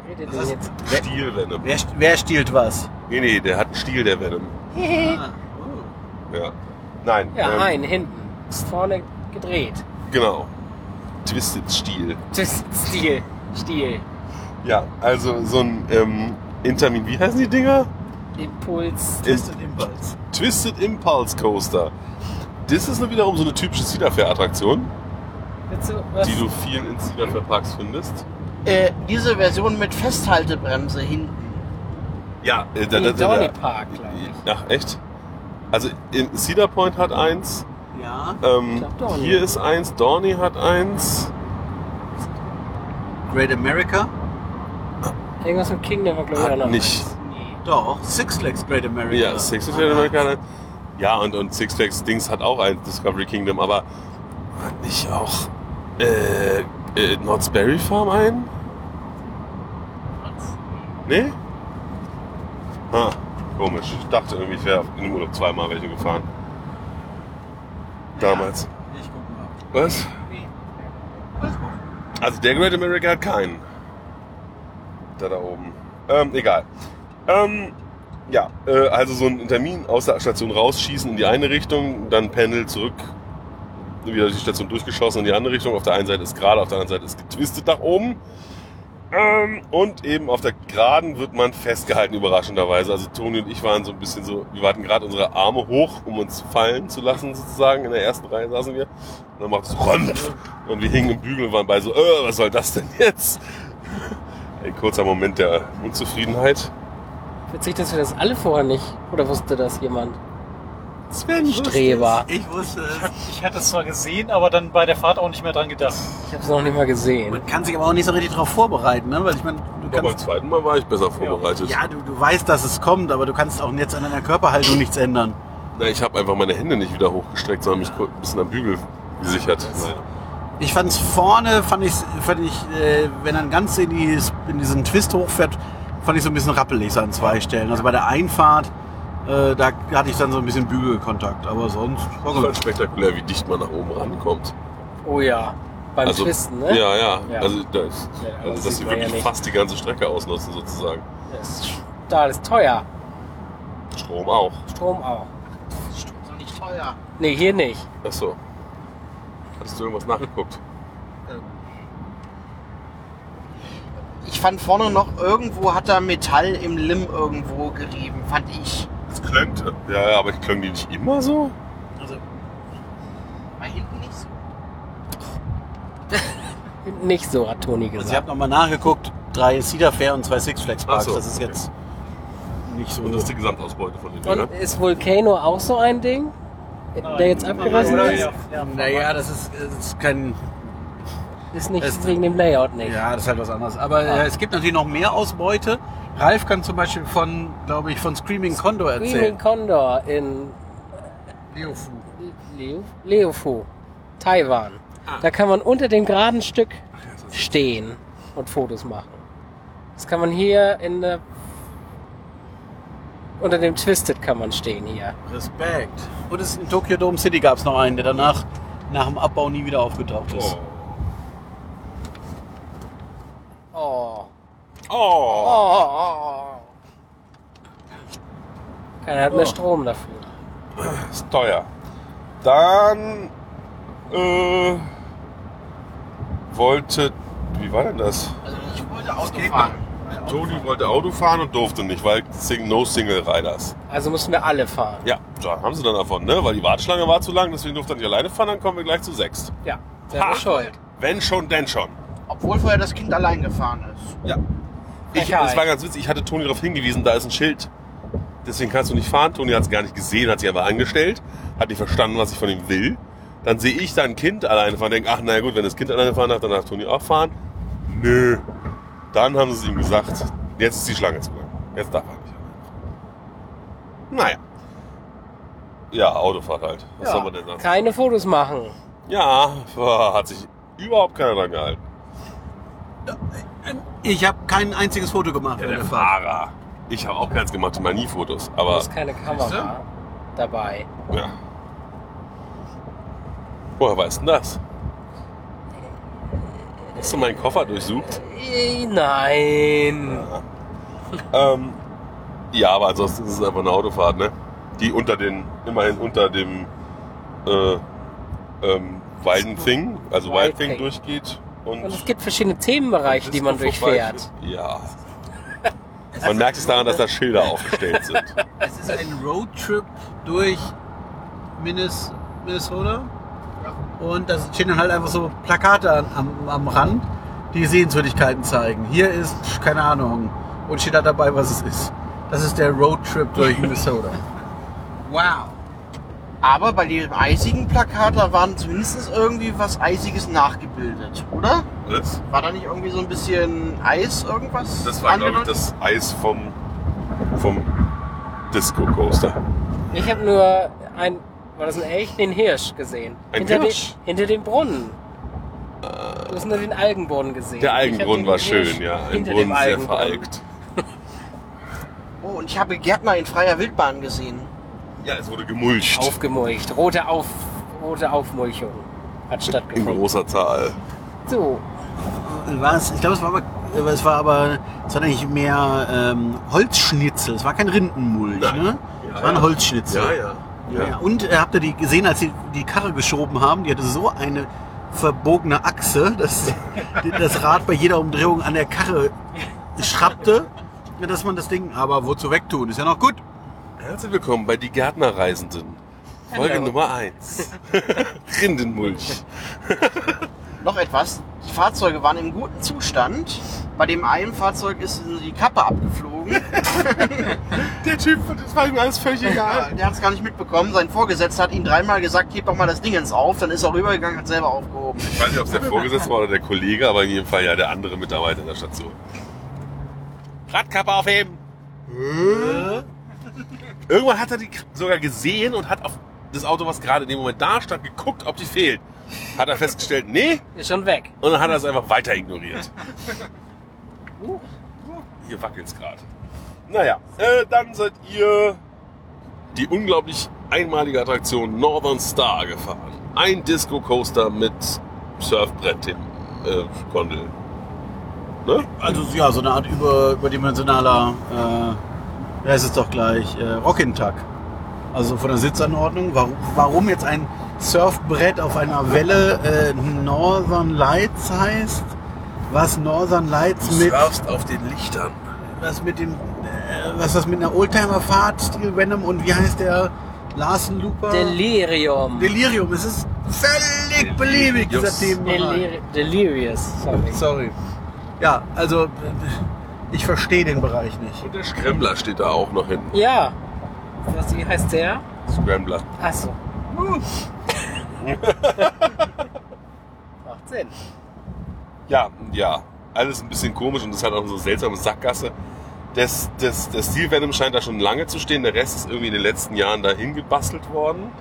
Speaker 2: Wer redet denn jetzt?
Speaker 1: Steel Venom.
Speaker 4: Wer, wer stiehlt was?
Speaker 1: Nee, nee, der hat einen Stiel, der Venom.
Speaker 4: Ah, oh.
Speaker 1: Ja. Nein.
Speaker 2: Ja,
Speaker 1: ähm,
Speaker 2: ein, hinten. Ist vorne gedreht.
Speaker 1: Genau. Twisted Steel.
Speaker 2: Tschüss, Stiel. Stiel.
Speaker 1: Ja, also so ein ähm, Intermin, wie heißen die Dinger?
Speaker 2: Impuls.
Speaker 4: Twisted Impulse.
Speaker 1: Twisted Impulse Coaster. Das ist nur wiederum so eine typische Cedar Fair Attraktion,
Speaker 2: Willst du was?
Speaker 1: die du vielen in Cedar Fair Parks findest.
Speaker 5: Äh, diese Version mit Festhaltebremse hinten.
Speaker 1: Ja, äh,
Speaker 2: In
Speaker 1: da, da, da,
Speaker 2: Dorney
Speaker 1: da.
Speaker 2: Park, glaube ich.
Speaker 1: Ach, echt? Also in Cedar Point hat eins,
Speaker 4: Ja.
Speaker 1: ähm,
Speaker 2: glaub, Dorney.
Speaker 1: hier ist eins, Dorney hat eins.
Speaker 4: Great America?
Speaker 2: Irgendwas mit Kingdom war, glaube ich,
Speaker 1: Hat
Speaker 2: auch noch.
Speaker 1: nicht.
Speaker 2: Nee.
Speaker 4: Doch, Six Flags Great America.
Speaker 1: Ja, Six Flags
Speaker 4: Ah.
Speaker 1: America hat eins. Ja, und, und Six Flags Dings hat auch eins, Discovery Kingdom, aber hat nicht auch äh, äh, Knott's Berry Farm ein? Nee? Ah, komisch. Ich dachte irgendwie, ich wäre in dem Urlaub zweimal welche gefahren. Damals.
Speaker 4: Ich guck mal.
Speaker 1: Was? Also der Great America hat keinen. Da da oben. Ähm, egal. Ähm, ja, äh, also so ein Termin aus der Station rausschießen in die eine Richtung, dann Pendel zurück, wieder durch die Station durchgeschossen in die andere Richtung. Auf der einen Seite ist gerade, auf der anderen Seite ist getwistet nach oben. Ähm, und eben auf der Geraden wird man festgehalten, überraschenderweise. Also Toni und ich waren so ein bisschen so, wir hatten gerade unsere Arme hoch, um uns fallen zu lassen sozusagen. In der ersten Reihe saßen wir. Und dann macht es Rumpf. Und wir hingen im Bügel und waren bei so, äh, was soll das denn jetzt? Ein kurzer Moment der Unzufriedenheit.
Speaker 2: Witzig, dass wir das alle vorher nicht. Oder wusste das jemand?
Speaker 4: Sven wusste
Speaker 2: Streber.
Speaker 4: es. Ich wusste es.
Speaker 3: Ich hatte es zwar gesehen, aber dann bei der Fahrt auch nicht mehr dran gedacht.
Speaker 2: Ich habe es noch nicht mal gesehen.
Speaker 4: Man kann sich aber auch nicht so richtig darauf vorbereiten, ne? Weil ich meine, du
Speaker 1: Aber beim
Speaker 4: kannst.
Speaker 1: zweiten Mal war ich besser vorbereitet.
Speaker 4: Ja, du, du weißt, dass es kommt, aber du kannst auch jetzt an deiner Körperhaltung nichts ändern.
Speaker 1: Na, ich habe einfach meine Hände nicht wieder hochgestreckt, sondern mich kurz ein bisschen am Bügel gesichert.
Speaker 4: Ich fand's vorne, fand ich, fand ich, äh, wenn dann ganz in, die, in diesen Twist hochfährt, fand ich so ein bisschen rappelig so an zwei Stellen. Also bei der Einfahrt, äh, da hatte ich dann so ein bisschen Bügelkontakt, aber sonst. war
Speaker 1: Das war
Speaker 4: gut.
Speaker 1: spektakulär, wie dicht man nach oben rankommt.
Speaker 2: Oh ja. Beim
Speaker 1: also,
Speaker 2: Twisten, ne?
Speaker 1: Ja, ja.
Speaker 2: Ja.
Speaker 1: Also, das,
Speaker 2: Ja, aber
Speaker 1: also,
Speaker 2: das
Speaker 1: dass
Speaker 2: sieht
Speaker 1: sie
Speaker 2: man ja
Speaker 1: wirklich
Speaker 2: nicht.
Speaker 1: fast die ganze Strecke ausnutzen, sozusagen.
Speaker 2: Das ist Stahl ist teuer.
Speaker 1: Strom auch.
Speaker 2: Strom auch.
Speaker 5: Das ist doch nicht teuer.
Speaker 2: Nee, hier nicht.
Speaker 1: Achso. Hattest du irgendwas nachgeguckt?
Speaker 5: Ich fand vorne noch irgendwo hat er Metall im Lim irgendwo gerieben, fand ich.
Speaker 1: Das klöngte. Ja, ja, aber ich klöng die nicht immer so.
Speaker 5: War hinten nicht so.
Speaker 2: Nicht so, hat Toni
Speaker 4: Also ich
Speaker 2: gesagt.
Speaker 4: habe nochmal nachgeguckt, drei Cedar Fair und zwei Six Flags Parks.
Speaker 1: Ach so,
Speaker 4: das ist
Speaker 1: okay.
Speaker 4: jetzt nicht so.
Speaker 1: Und das ist die Gesamtausbeute von den Dingern.
Speaker 2: Und ist Volcano auch so ein Ding, der jetzt abgerissen
Speaker 1: Nein.
Speaker 2: ist?
Speaker 4: naja, das ist, das ist kein.
Speaker 2: Ist nicht
Speaker 4: Es-
Speaker 2: wegen dem Layout nicht.
Speaker 4: Ja, das ist halt was anderes. Aber äh, es gibt natürlich noch mehr Ausbeute. Ralf kann zum Beispiel von, glaube ich, von Screaming Condor
Speaker 2: Screaming
Speaker 4: erzählen.
Speaker 2: Condor in
Speaker 4: Leofu.
Speaker 2: Leo- Leofu, Taiwan. Da kann man unter dem geraden Stück stehen und Fotos machen. Das kann man hier in der unter dem Twisted kann man stehen hier.
Speaker 4: Respekt. Und es in Tokyo Dome City gab es noch einen, der danach nach dem Abbau nie wieder aufgetaucht ist.
Speaker 2: Oh.
Speaker 1: Oh.
Speaker 2: Oh, oh, oh. Keiner hat mehr Strom dafür.
Speaker 1: ist teuer. Dann äh, wollte. Wie war denn das?
Speaker 5: Also ich wollte Auto fahren.
Speaker 1: Toni wollte Auto fahren und durfte nicht, weil Sing No Single Riders.
Speaker 2: Also mussten wir alle fahren.
Speaker 1: Ja, da haben sie dann davon, ne? Weil die Warteschlange war zu lang, deswegen durfte er nicht alleine fahren, dann kommen wir gleich zu sechst.
Speaker 2: Ja. Selber
Speaker 1: Ha.
Speaker 2: schuld.
Speaker 1: Wenn schon, denn schon.
Speaker 5: Obwohl vorher das Kind allein gefahren ist.
Speaker 1: Ja. Ich,
Speaker 2: Frechheit.
Speaker 1: es war ganz witzig, ich hatte Toni darauf hingewiesen, da ist ein Schild. Deswegen kannst du nicht fahren. Toni hat es gar nicht gesehen, hat sich aber angestellt, hat nicht verstanden, was ich von ihm will. Dann sehe ich da ein Kind alleine fahren, denke, ach naja gut, wenn das Kind alleine fahren darf, dann darf Toni auch fahren. Nö. Dann haben sie es ihm gesagt, jetzt ist die Schlange zu lang. Jetzt darf er nicht alleine fahren. Naja. Ja, Autofahrt halt. Was
Speaker 2: Ja.
Speaker 1: soll man denn sagen?
Speaker 2: Keine Fotos machen.
Speaker 1: Ja, boah, hat sich überhaupt keiner dran gehalten.
Speaker 4: Ich habe kein einziges Foto gemacht.
Speaker 1: Ja,
Speaker 4: während
Speaker 1: der Fahrer. Ich habe auch keins gemacht, mal nie Fotos.
Speaker 2: Da
Speaker 1: Aber
Speaker 2: ist keine Kamera dabei.
Speaker 1: ja. Woher weißt du denn das? Hast du meinen Koffer durchsucht?
Speaker 2: Äh, Nein.
Speaker 1: Ähm, ja, aber ansonsten ist es einfach eine Autofahrt, ne? Die unter den, immerhin unter dem äh, ähm, Weidenfing, also
Speaker 2: Weidenfing.
Speaker 1: Weidenfing durchgeht. Und,
Speaker 2: Und es gibt verschiedene Themenbereiche, die man
Speaker 1: Disco vorbei-
Speaker 2: durchfährt.
Speaker 1: Ja. Man merkt es daran, dass da Schilder aufgestellt sind.
Speaker 4: Es ist ein Roadtrip durch Minnes- Minnesota. Und da stehen dann halt einfach so Plakate an, am, am Rand, die Sehenswürdigkeiten zeigen. Hier ist, pf, keine Ahnung, und steht da dabei, was es ist. Das ist der Roadtrip durch Minnesota.
Speaker 5: Wow. Aber bei dem eisigen Plakat, da waren zumindest irgendwie was Eisiges nachgebildet, oder?
Speaker 1: Das,
Speaker 5: War da nicht irgendwie so ein bisschen Eis irgendwas?
Speaker 1: das war, glaube ich,
Speaker 5: angedeutet?
Speaker 1: das Eis vom, vom Disco Coaster.
Speaker 2: Ich habe nur ein, war das ein Elch, den Hirsch gesehen.
Speaker 1: Ein
Speaker 2: hinter,
Speaker 1: Hirsch?
Speaker 2: Den, hinter dem Brunnen. Du hast nur den Algenboden gesehen.
Speaker 1: Der
Speaker 2: Ich
Speaker 1: Algenbrunnen
Speaker 2: hab
Speaker 1: war
Speaker 2: den
Speaker 1: schön,
Speaker 2: Hirsch
Speaker 1: ja. Ein
Speaker 2: hinter dem
Speaker 1: Brunnen sehr
Speaker 2: Algenbrunnen.
Speaker 1: veralkt.
Speaker 5: Oh, und ich habe Gärtner in freier Wildbahn gesehen.
Speaker 1: Ja, es wurde gemulcht.
Speaker 2: Aufgemulcht. Rote, Auf, rote Aufmulchung hat
Speaker 1: in
Speaker 2: stattgefunden.
Speaker 1: großer Zahl.
Speaker 2: So,
Speaker 4: Äh, War es, ich glaube, es war aber, aber es war aber, es war eigentlich mehr ähm, Holzschnitzel. Es war kein Rindenmulch,
Speaker 1: Nein.
Speaker 4: ne?
Speaker 1: Ja,
Speaker 4: es waren
Speaker 1: ja.
Speaker 4: Holzschnitzel. Ja.
Speaker 1: ja.
Speaker 4: und äh, habt ihr die gesehen, als sie die Karre geschoben haben? Die hatte so eine verbogene Achse, dass das Rad bei jeder Umdrehung an der Karre schrappte, dass man das Ding aber wozu wegtun? Ist ja noch gut.
Speaker 1: Herzlich willkommen bei Die Gärtnerreisenden. Folge
Speaker 2: Hallo.
Speaker 1: Nummer 1. Rindenmulch.
Speaker 5: Noch etwas. Die Fahrzeuge waren im guten Zustand. Bei dem einen Fahrzeug ist die Kappe abgeflogen.
Speaker 1: Der Typ, das war ihm alles völlig
Speaker 5: Ja, der hat es gar nicht mitbekommen. Sein Vorgesetzter hat ihm dreimal gesagt, heb doch mal das Dingens auf. Dann ist er rübergegangen, hat selber aufgehoben.
Speaker 1: Ich weiß nicht, ob es der Vorgesetzte war oder der Kollege, aber in jedem Fall ja der andere Mitarbeiter in der Station. Radkappe aufheben! Irgendwann hat er die sogar gesehen und hat auf das Auto, was gerade in dem Moment da stand, geguckt, ob die fehlt. Hat er festgestellt, nee,
Speaker 2: ist schon weg.
Speaker 1: und dann hat er es einfach weiter ignoriert. Hier wackelt's gerade. Naja, äh, dann seid ihr die unglaublich einmalige Attraktion Northern Star gefahren. Ein Disco Coaster mit Surfbrett hinten, äh, Gondel. Ne?
Speaker 4: Also ja, so eine Art über, überdimensionaler, äh, das ist doch gleich äh, Rockintag. Also von der Sitzanordnung. Warum, warum jetzt ein Surfbrett auf einer Welle äh, Northern Lights heißt? Was Northern Lights mit
Speaker 1: auf den Lichtern.
Speaker 4: was mit dem, äh, was das mit einer Oldtimer-Fahrt, Steel Venom und wie heißt der Larsen Looper?
Speaker 2: Delirium.
Speaker 4: Delirium. Es ist völlig beliebig, dieser
Speaker 1: Delirium.
Speaker 4: Themenbereich.
Speaker 2: Delir Delirious, sorry.
Speaker 4: Sorry. Ja, also äh, ich verstehe den Bereich nicht.
Speaker 1: Und der Scrambler steht da auch noch hinten.
Speaker 2: Ja. Was, wie heißt der?
Speaker 1: Scrambler.
Speaker 2: Achso.
Speaker 1: Hm.
Speaker 2: Macht Sinn.
Speaker 1: Ja, ja. Alles ein bisschen komisch und es hat auch so eine seltsame Sackgasse. Das, das, das Steel Venom scheint da schon lange zu stehen. Der Rest ist irgendwie in den letzten Jahren dahin gebastelt worden.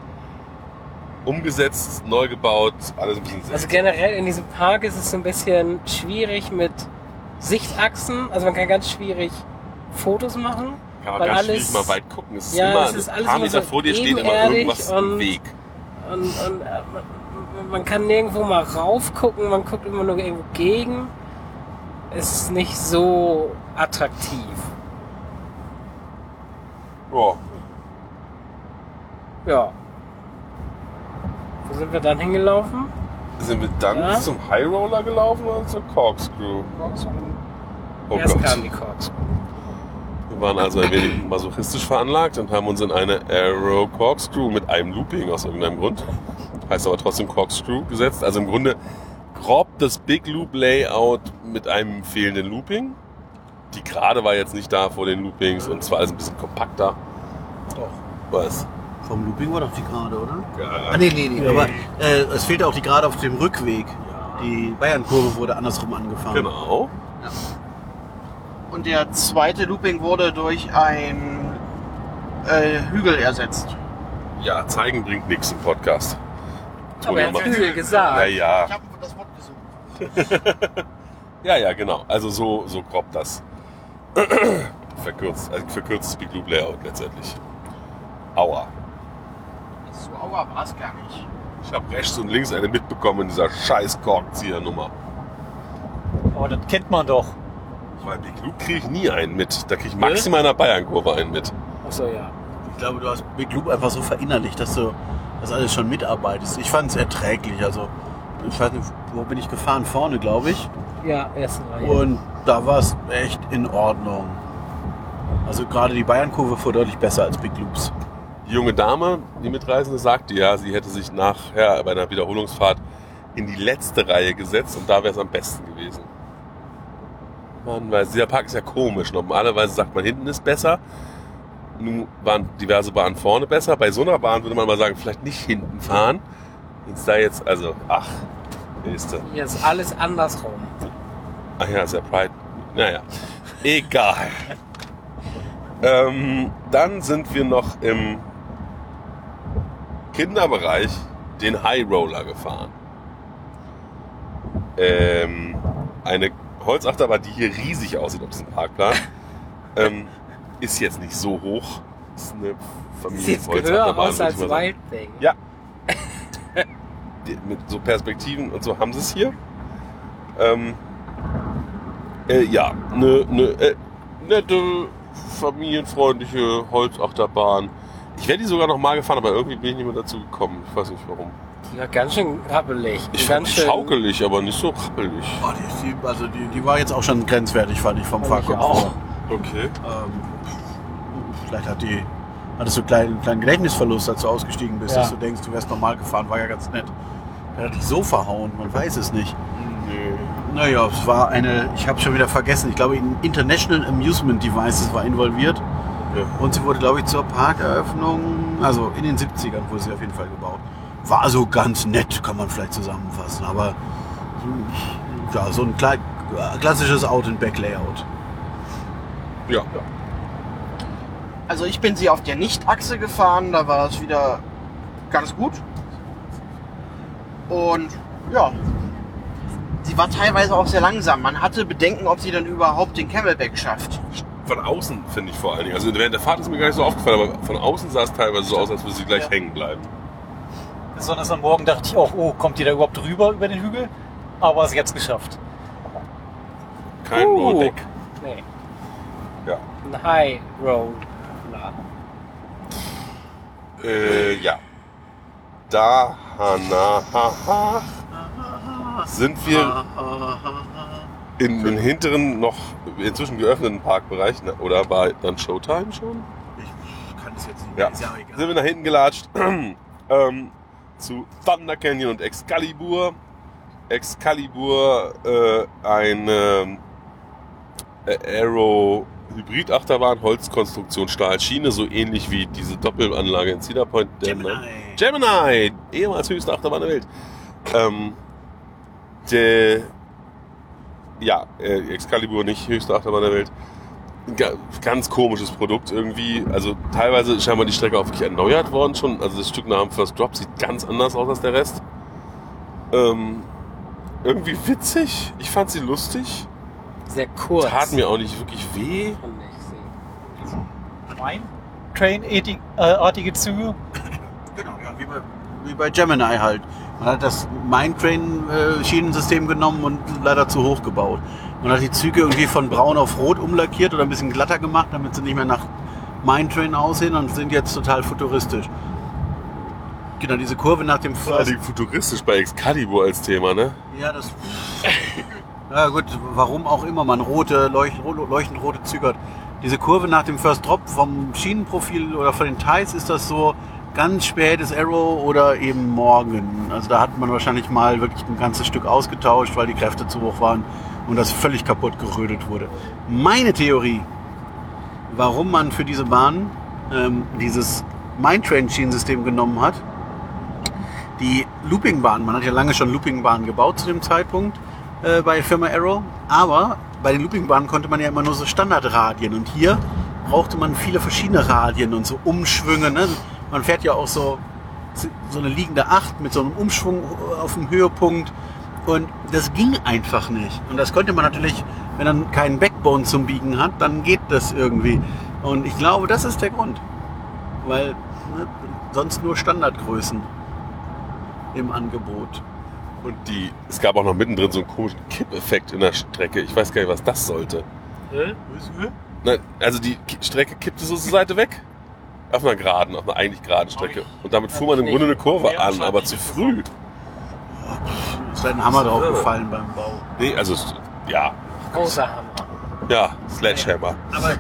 Speaker 1: Umgesetzt, neu gebaut, alles ein bisschen
Speaker 2: Also
Speaker 1: seltsam.
Speaker 2: generell in diesem Park ist es so ein bisschen schwierig mit Sichtachsen. Also man kann ganz schwierig Fotos machen.
Speaker 1: Kann man
Speaker 2: weil
Speaker 1: ganz
Speaker 2: alles-
Speaker 1: schwierig mal weit gucken. Es ist
Speaker 2: ja,
Speaker 1: immer,
Speaker 2: es ist
Speaker 1: ein
Speaker 2: alles
Speaker 1: paar
Speaker 2: immer
Speaker 1: Meter
Speaker 2: so
Speaker 1: vor dir steht immer
Speaker 2: ebenerdig
Speaker 1: irgendwas
Speaker 2: und-
Speaker 1: im Weg.
Speaker 2: Und, und äh, man- man kann nirgendwo mal raufgucken, man guckt immer nur irgendwo gegen. Es ist nicht so attraktiv.
Speaker 1: Ja.
Speaker 2: Ja. Wo sind wir dann hingelaufen?
Speaker 1: Sind wir dann
Speaker 2: Ja.
Speaker 1: zum High Roller gelaufen oder zur Corkscrew? Oh
Speaker 2: Erst
Speaker 1: Gott.
Speaker 2: kam die Corks.
Speaker 1: Wir waren also ein wenig masochistisch veranlagt und haben uns in eine Arrow Corkscrew mit einem Looping aus irgendeinem Grund, heißt aber trotzdem Corkscrew, gesetzt. Also im Grunde grob das Big Loop Layout mit einem fehlenden Looping. Die gerade war jetzt nicht da vor den Loopings und zwar alles ein bisschen kompakter. Was?
Speaker 4: Vom Looping war doch die gerade, oder?
Speaker 1: Ja,
Speaker 4: Ah, nee, nee, nee. Aber äh, es fehlte auch die gerade auf dem Rückweg. Die Bayern-Kurve wurde andersrum angefahren.
Speaker 1: Genau.
Speaker 5: Und der zweite Looping wurde durch ein äh, Hügel ersetzt.
Speaker 1: Ja, zeigen bringt nichts im Podcast.
Speaker 2: Aber er hat
Speaker 1: Oder mal-
Speaker 2: Hügel gesagt.
Speaker 1: Naja.
Speaker 5: Ich habe das Wort gesucht.
Speaker 1: Ja, ja, genau. Also so, so grob das. verkürzt, also verkürztes Big Blue Layout letztendlich. Aua.
Speaker 5: So aua war es gar nicht.
Speaker 1: Ich habe rechts und links eine mitbekommen in dieser scheiß Korkenzieher-Nummer.
Speaker 3: Aber das kennt man doch.
Speaker 1: Weil Big Loop kriege ich nie einen mit. Da kriege ich maximal in der Bayern-Kurve einen mit.
Speaker 2: Achso, ja.
Speaker 4: Ich glaube, du hast Big Loop einfach so verinnerlicht, dass du das alles schon mitarbeitest. Ich fand es erträglich. Also, ich weiß nicht, wo bin ich gefahren? Vorne, glaube ich.
Speaker 2: Ja, erste Reihe.
Speaker 4: Und da war es echt in Ordnung. Also gerade die Bayernkurve fuhr deutlich besser als Big Loops.
Speaker 1: Die junge Dame, die Mitreisende, sagte ja, sie hätte sich nachher bei einer Wiederholungsfahrt in die letzte Reihe gesetzt und da wäre es am besten gewesen. Man weiß, dieser Park ist ja komisch. Normalerweise sagt man, hinten ist besser. Nun waren diverse Bahnen vorne besser. Bei so einer Bahn würde man mal sagen, vielleicht nicht hinten fahren. Jetzt da jetzt, also, ach, ist das.
Speaker 2: Hier ist alles andersrum.
Speaker 1: Ach Ah ja, ist ja Pride. Naja, egal. ähm, dann sind wir noch im Kinderbereich den High Roller gefahren. Ähm, eine Holzachterbahn, die hier riesig aussieht auf diesem Parkplan, ähm, ist jetzt nicht so hoch. Ist eine
Speaker 2: Sieht jetzt gehör
Speaker 1: Familienholzachterbahn.
Speaker 2: aus
Speaker 1: würde ich
Speaker 2: als
Speaker 1: mal sagen.
Speaker 2: Wild Thing.
Speaker 1: Ja. Die- Mit so Perspektiven und so haben sie es hier. Ähm, äh, ja, eine ne, äh, nette, familienfreundliche Holzachterbahn. Ich wäre die sogar noch mal gefahren, aber irgendwie bin ich nicht mehr dazu gekommen. Ich weiß nicht warum.
Speaker 2: Die war ganz schön rappelig.
Speaker 1: Ich fand
Speaker 2: ganz
Speaker 1: die
Speaker 2: schön
Speaker 1: schaukelig, aber nicht so rappelig.
Speaker 4: Oh, die, die, also die, die war jetzt auch schon grenzwertig, fand ich vom
Speaker 2: Fand ich
Speaker 4: Fahrkopf.
Speaker 2: auch.
Speaker 1: Okay.
Speaker 4: Ähm, vielleicht hat die, hattest du einen kleinen, kleinen Gedächtnisverlust, als du ausgestiegen bist,
Speaker 3: Ja.
Speaker 4: dass du denkst, du wärst normal gefahren, war ja ganz nett. Er hat dich so verhauen, man weiß es nicht. Naja, es war eine, ich habe schon wieder vergessen, ich glaube, ein International Amusement Devices war involviert.
Speaker 1: Ja.
Speaker 4: Und sie wurde, glaube ich, zur Parkeröffnung, also in den 70ern wurde sie auf jeden Fall gebaut. War so ganz nett, kann man vielleicht zusammenfassen, aber hm, ja, so ein klei- klassisches Out-and-Back-Layout.
Speaker 1: Ja.
Speaker 5: Also ich bin sie auf der Nicht-Achse gefahren, da war es wieder ganz gut. Und ja, sie war teilweise auch sehr langsam. Man hatte Bedenken, ob sie dann überhaupt den Camelback schafft.
Speaker 1: Von außen finde ich vor allen Dingen. Also während der Fahrt ist mir gar nicht so aufgefallen, aber von außen sah es teilweise so aus, als würde sie gleich
Speaker 5: Ja.
Speaker 1: hängen bleiben.
Speaker 3: Besonders am Morgen dachte ich auch, oh, kommt die da überhaupt rüber über den Hügel? Aber sie hat es geschafft.
Speaker 1: Kein
Speaker 2: Uh.
Speaker 1: Rollback.
Speaker 2: Nee,
Speaker 1: Ja.
Speaker 2: ein High Roller.
Speaker 1: Äh, ja. Da, Hana, ha, ha, sind wir in den hinteren, noch inzwischen geöffneten Parkbereich, ne, oder war dann Showtime schon?
Speaker 4: Ich kann es jetzt nicht
Speaker 1: Ja.
Speaker 4: mehr, ist ja auch egal.
Speaker 1: Sind wir nach hinten gelatscht ähm, zu Thunder Canyon und Excalibur. Excalibur, äh, eine äh, Aero Hybrid Achterbahn, Holzkonstruktion, Stahlschiene, so ähnlich wie diese Doppelanlage in Cedar Point. der-
Speaker 4: Gemini.
Speaker 1: Gemini, ehemals höchste Achterbahn der Welt. Ähm, der, ja, äh, Excalibur nicht höchste Achterbahn der Welt. Ga- Ganz komisches Produkt irgendwie. Also teilweise ist scheinbar die Strecke auch wirklich erneuert worden schon. Also das Stück nach dem First Drop sieht ganz anders aus als der Rest. Ähm, irgendwie witzig. Ich fand sie lustig.
Speaker 2: Sehr kurz.
Speaker 1: Tat mir auch nicht wirklich weh.
Speaker 2: Fand ich sie.
Speaker 3: Mein äh, Train-artige Züge.
Speaker 4: Genau, ja, wie bei, wie bei Gemini halt. Man hat das Mindtrain-Schienensystem genommen und leider zu hoch gebaut. Man hat die Züge irgendwie von braun auf rot umlackiert oder ein bisschen glatter gemacht, damit sie nicht mehr nach Mindtrain aussehen und sind jetzt total futuristisch. Genau, diese Kurve nach dem
Speaker 1: Vor allem futuristisch bei Excalibur als Thema, ne?
Speaker 4: Ja, das. Ja gut, warum auch immer man rote, leuch- ro- leuchtend rote Züge hat. Diese Kurve nach dem First Drop vom Schienenprofil oder von den Teils ist das so ganz spätes Arrow oder eben morgen. Also da hat man wahrscheinlich mal wirklich ein ganzes Stück ausgetauscht, weil die Kräfte zu hoch waren und das völlig kaputt gerödet wurde. Meine Theorie, warum man für diese Bahn ähm, dieses Mindtrain-Schienensystem genommen hat, die Loopingbahn, man hat ja lange schon Loopingbahnen gebaut zu dem Zeitpunkt äh, bei Firma Arrow, aber bei den Loopingbahnen konnte man ja immer nur so Standardradien und hier brauchte man viele verschiedene Radien und so Umschwünge. Ne? Man fährt ja auch so, so eine liegende Acht mit so einem Umschwung auf dem Höhepunkt Und das ging einfach nicht. Und das konnte man natürlich, wenn man keinen Backbone zum Biegen hat, dann geht das irgendwie. Und ich glaube, das ist der Grund. Weil ne, sonst nur Standardgrößen im Angebot.
Speaker 1: Und die, es gab auch noch mittendrin so einen komischen Kippeffekt in der Strecke. Ich weiß gar nicht, was das sollte. Nein, also die Ki- Strecke kippte so zur Seite weg. Auf einer geraden, auf einer eigentlich geraden Strecke. Und damit fuhr man im Grunde eine Kurve an, aber zu früh.
Speaker 4: Ist ein Hammer draufgefallen beim Bau.
Speaker 1: Nee, also, ja,
Speaker 2: Großer Hammer. ähm,
Speaker 1: ja, Sledgehammer.
Speaker 4: Aber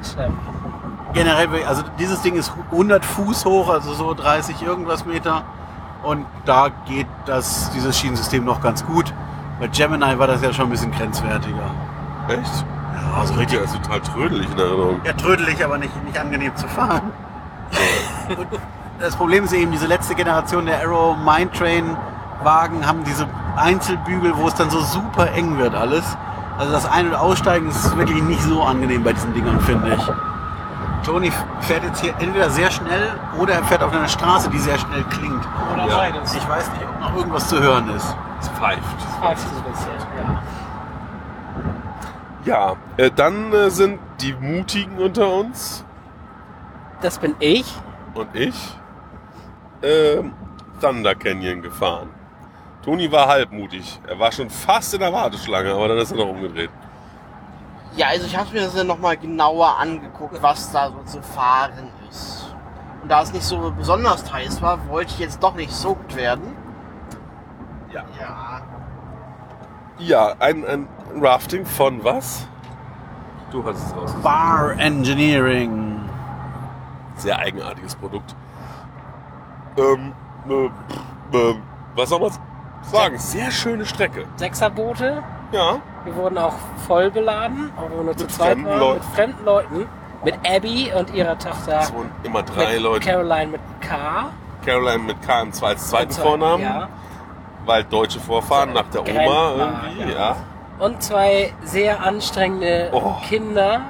Speaker 4: generell, will- also dieses Ding ist 100 Fuß hoch, also so 30 irgendwas Meter. Und da geht das, dieses Schienensystem noch ganz gut. Bei Gemini war das ja schon ein bisschen grenzwertiger.
Speaker 1: Echt?
Speaker 4: Ja,
Speaker 1: Also richtig, also total trödelig in Erinnerung.
Speaker 4: Ja, trödelig, aber nicht, nicht angenehm zu fahren. Und das Problem ist eben, diese letzte Generation der Arrow Mindtrain Wagen haben diese Einzelbügel, wo es dann so super eng wird alles. Also das Ein- und Aussteigen ist wirklich nicht so angenehm bei diesen Dingern, finde ich. Tony fährt jetzt hier entweder sehr schnell oder er fährt auf einer Straße, die sehr schnell klingt.
Speaker 3: Oder
Speaker 1: Ja.
Speaker 3: beides.
Speaker 4: Ich weiß nicht, ob noch irgendwas zu hören ist.
Speaker 1: Es pfeift.
Speaker 2: Pfeift so ein bisschen, ja.
Speaker 1: Ja, äh, dann äh, sind die Mutigen unter uns
Speaker 2: Das bin ich.
Speaker 1: und ich ähm, Thunder Canyon gefahren. Toni war halbmutig. Er war schon fast in der Warteschlange, aber dann ist er noch umgedreht.
Speaker 5: Ja, also ich habe mir das ja nochmal genauer angeguckt, was da so zu fahren ist. Und da es nicht so besonders heiß war, wollte ich jetzt doch nicht so gut werden.
Speaker 1: Ja.
Speaker 5: Ja.
Speaker 1: Ja, ein, ein Rafting von was? Du hast es rausgesucht.
Speaker 4: Bar Engineering.
Speaker 1: Sehr eigenartiges Produkt. Ähm, äh, pff, ähm, was soll man sagen? Sehr schöne Strecke.
Speaker 2: Sechserboote.
Speaker 1: Ja.
Speaker 2: Wir wurden auch voll beladen, obwohl wir nur zu
Speaker 1: Mit
Speaker 2: zweit
Speaker 1: fremden
Speaker 2: waren,
Speaker 1: Leuten.
Speaker 2: mit fremden Leuten. Mit Abby und ihrer Tochter.
Speaker 1: Es wurden immer drei
Speaker 2: mit
Speaker 1: Leute.
Speaker 2: Caroline mit K.
Speaker 1: Caroline mit KM2 als zweiten
Speaker 2: Mit zwei-
Speaker 1: Vornamen.
Speaker 2: Ja.
Speaker 1: weil deutsche Vorfahren nach der Oma
Speaker 2: Grandma,
Speaker 1: irgendwie,
Speaker 2: ja.
Speaker 1: ja.
Speaker 2: Und zwei sehr anstrengende
Speaker 1: Oh.
Speaker 2: Kinder.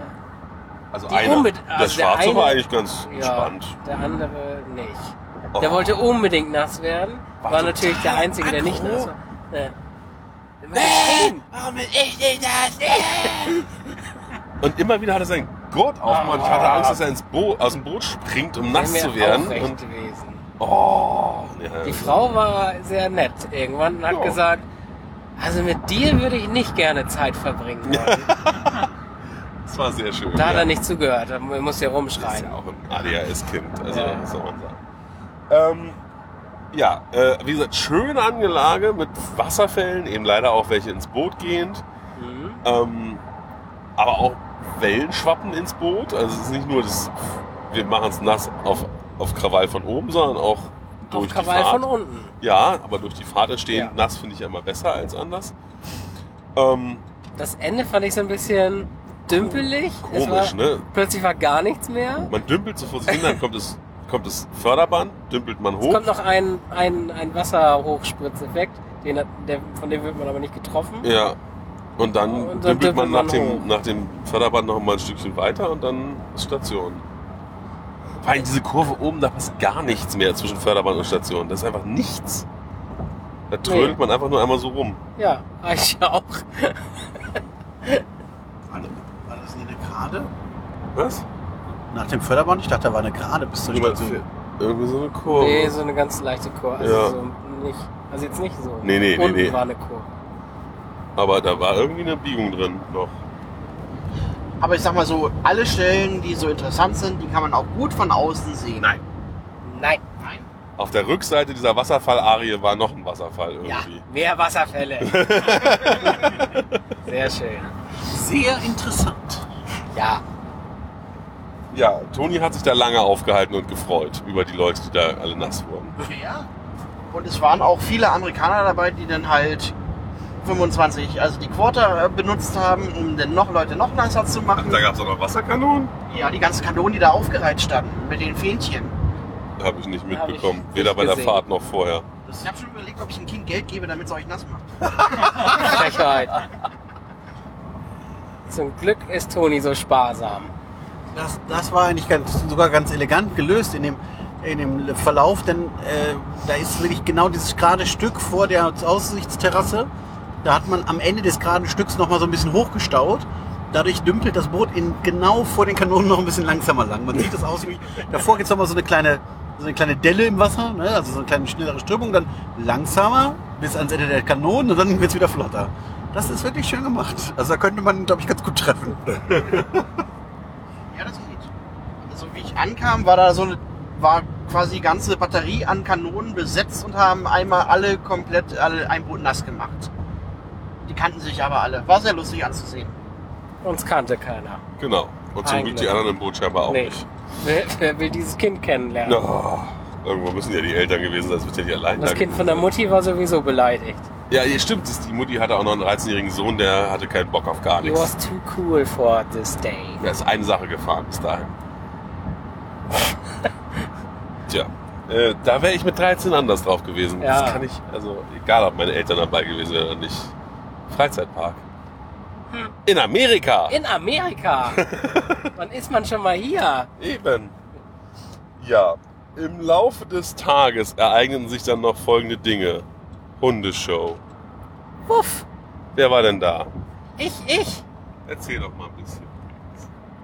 Speaker 1: Also
Speaker 2: Die
Speaker 1: einer,
Speaker 2: unbed-
Speaker 1: der
Speaker 2: also der
Speaker 1: Schwarze
Speaker 2: eine-
Speaker 1: war eigentlich ganz
Speaker 2: Ja,
Speaker 1: entspannt.
Speaker 2: Der andere nicht.
Speaker 1: Oh.
Speaker 2: Der wollte unbedingt nass werden. War,
Speaker 1: War
Speaker 2: natürlich der Einzige, der nicht
Speaker 1: aggro.
Speaker 2: nass war. Ja. Der war-
Speaker 1: Und immer wieder hat er seinen Gurt aufgemacht. Ich hatte Angst, dass er ins Bo aus dem Boot springt, um nass
Speaker 2: Wäre
Speaker 1: zu
Speaker 2: mir
Speaker 1: werden.
Speaker 2: auch recht
Speaker 1: Und,
Speaker 2: gewesen.
Speaker 1: oh,
Speaker 2: Die
Speaker 1: ja.
Speaker 2: Frau war sehr nett irgendwann und hat
Speaker 1: Ja.
Speaker 2: gesagt, also mit dir würde ich nicht gerne Zeit verbringen wollen.
Speaker 1: das war sehr schön.
Speaker 2: Da hat
Speaker 1: ja.
Speaker 2: er nicht zugehört, er muss ja
Speaker 1: Das ist
Speaker 2: rumschreien.
Speaker 1: ja auch ein ADHS-Kind, also
Speaker 2: Ja.
Speaker 1: was soll man sagen. Ähm, ja, äh, wie gesagt, schöne Angelage mit Wasserfällen, eben leider auch welche ins Boot gehend.
Speaker 2: Mhm.
Speaker 1: Ähm, aber auch Wellen schwappen ins Boot. Also es ist nicht nur das, wir machen es nass auf, auf Krawall von oben, sondern auch durch
Speaker 2: Auf
Speaker 1: die
Speaker 2: Krawall
Speaker 1: Fahrt.
Speaker 2: von unten.
Speaker 1: Ja, aber durch die Fahrt entstehend
Speaker 2: Ja.
Speaker 1: nass finde ich ja immer besser als anders. Ähm,
Speaker 2: Das Ende fand ich so ein bisschen dümpelig. Es
Speaker 1: komisch,
Speaker 2: war,
Speaker 1: ne?
Speaker 2: Plötzlich war gar nichts mehr.
Speaker 1: Man dümpelt so vor sich hin, dann kommt es kommt das Förderband, dümpelt man
Speaker 2: Es
Speaker 1: hoch.
Speaker 2: kommt noch ein, ein, ein Wasserhochspritzeffekt, den, hat- der, von dem wird man aber nicht getroffen.
Speaker 1: Ja. Und dann,
Speaker 2: Und dann
Speaker 1: dümpelt man, nach,
Speaker 2: dümpelt man hoch.
Speaker 1: dem, nach dem Förderband noch mal ein Stückchen weiter und dann ist Station. Vor allem diese Kurve oben, da passt gar nichts mehr zwischen Förderband und Station. Das ist einfach nichts. Da trödelt man einfach nur einmal so rum.
Speaker 2: Ja, ich auch.
Speaker 4: War das- war das nicht eine Gerade?
Speaker 1: Was?
Speaker 4: Nach dem Förderband? Ich dachte, da war eine Gerade bis zur Station.
Speaker 1: Irgendwie so eine Kurve.
Speaker 2: Nee, so eine ganz leichte Kurve. Also,
Speaker 1: Oh. Ja.
Speaker 2: so nicht, also jetzt nicht so.
Speaker 1: Nee, nee, nee,
Speaker 2: Unten
Speaker 1: nee.
Speaker 2: war eine Kurve.
Speaker 1: Aber da war irgendwie eine Biegung drin noch.
Speaker 5: Aber ich sag mal so, alle Stellen, die so interessant sind, die kann man auch gut von außen sehen.
Speaker 1: Nein.
Speaker 2: Nein,
Speaker 5: Nein.
Speaker 1: Auf der Rückseite dieser Wasserfallarie war noch ein Wasserfall irgendwie.
Speaker 2: mehr Wasserfälle. Sehr schön.
Speaker 4: Sehr interessant.
Speaker 2: Ja,
Speaker 1: Ja, Toni hat sich da lange aufgehalten und gefreut über die Leute, die da alle nass wurden.
Speaker 5: Ja. Und es waren auch viele Amerikaner dabei, die dann halt 25, also die Quarter äh, benutzt haben, um dann noch Leute noch nasser zu machen.
Speaker 1: Da gab es auch noch Wasserkanonen.
Speaker 5: Ja, die ganzen Kanonen, die da aufgereiht standen, mit den Fähnchen.
Speaker 1: Habe ich nicht
Speaker 2: ich
Speaker 1: mitbekommen.
Speaker 2: nicht
Speaker 1: Weder bei der
Speaker 2: gesehen.
Speaker 1: Fahrt noch vorher.
Speaker 5: Ich habe schon überlegt, ob ich ein Kind Geld gebe, damit es euch nass macht.
Speaker 2: Frechheit. Zum Glück ist Toni so sparsam.
Speaker 4: Das, das war eigentlich ganz, sogar ganz elegant gelöst in dem, in dem Verlauf, denn äh, da ist wirklich genau dieses gerade Stück vor der Aussichtsterrasse. Da hat man am Ende des geraden Stücks nochmal so ein bisschen hochgestaut. Dadurch dümpelt das Boot in, genau vor den Kanonen noch ein bisschen langsamer lang. Man sieht das aus wie, davor geht's nochmal so eine kleine, so eine kleine Delle im Wasser, ne? also so eine kleine schnellere Strömung, dann langsamer bis ans Ende der Kanonen und dann wird's wieder flotter. Das ist wirklich schön gemacht. Also da könnte man, glaube ich, ganz gut treffen.
Speaker 5: Ja, das geht. Also wie ich ankam, war da so eine, war quasi die ganze Batterie an Kanonen besetzt und haben einmal alle komplett, alle ein Boot nass gemacht. Die kannten sich aber alle. War sehr lustig anzusehen.
Speaker 2: Uns kannte keiner.
Speaker 1: Genau. Und zum Glück die
Speaker 2: Eigentlich.
Speaker 1: anderen im Boot scheinbar auch
Speaker 2: nee.
Speaker 1: nicht.
Speaker 2: Wer, wer will dieses Kind kennenlernen?
Speaker 1: Oh, irgendwo müssen ja die Eltern gewesen sein, das wird ja nicht allein
Speaker 2: Das
Speaker 1: da
Speaker 2: Kind von der Mutti war sowieso beleidigt.
Speaker 1: Ja, ja, stimmt. Das, die Mutti hatte auch noch einen 13-jährigen Sohn, der hatte keinen Bock auf gar
Speaker 2: He
Speaker 1: nichts.
Speaker 2: was too cool for this day.
Speaker 1: Er ist eine Sache gefahren bis dahin. Tja, äh, da wäre ich mit 13 anders drauf gewesen.
Speaker 2: Ja.
Speaker 1: Das kann ich, also egal, ob meine Eltern dabei gewesen wären oder nicht. Freizeitpark. In Amerika.
Speaker 2: Hm. In Amerika! Wann ist man schon mal hier?
Speaker 1: Eben. Ja, im Laufe des Tages ereigneten sich dann noch folgende Dinge. Hundeshow.
Speaker 2: Wuff!
Speaker 1: Wer war denn da?
Speaker 2: Ich, ich!
Speaker 1: Erzähl doch mal ein bisschen.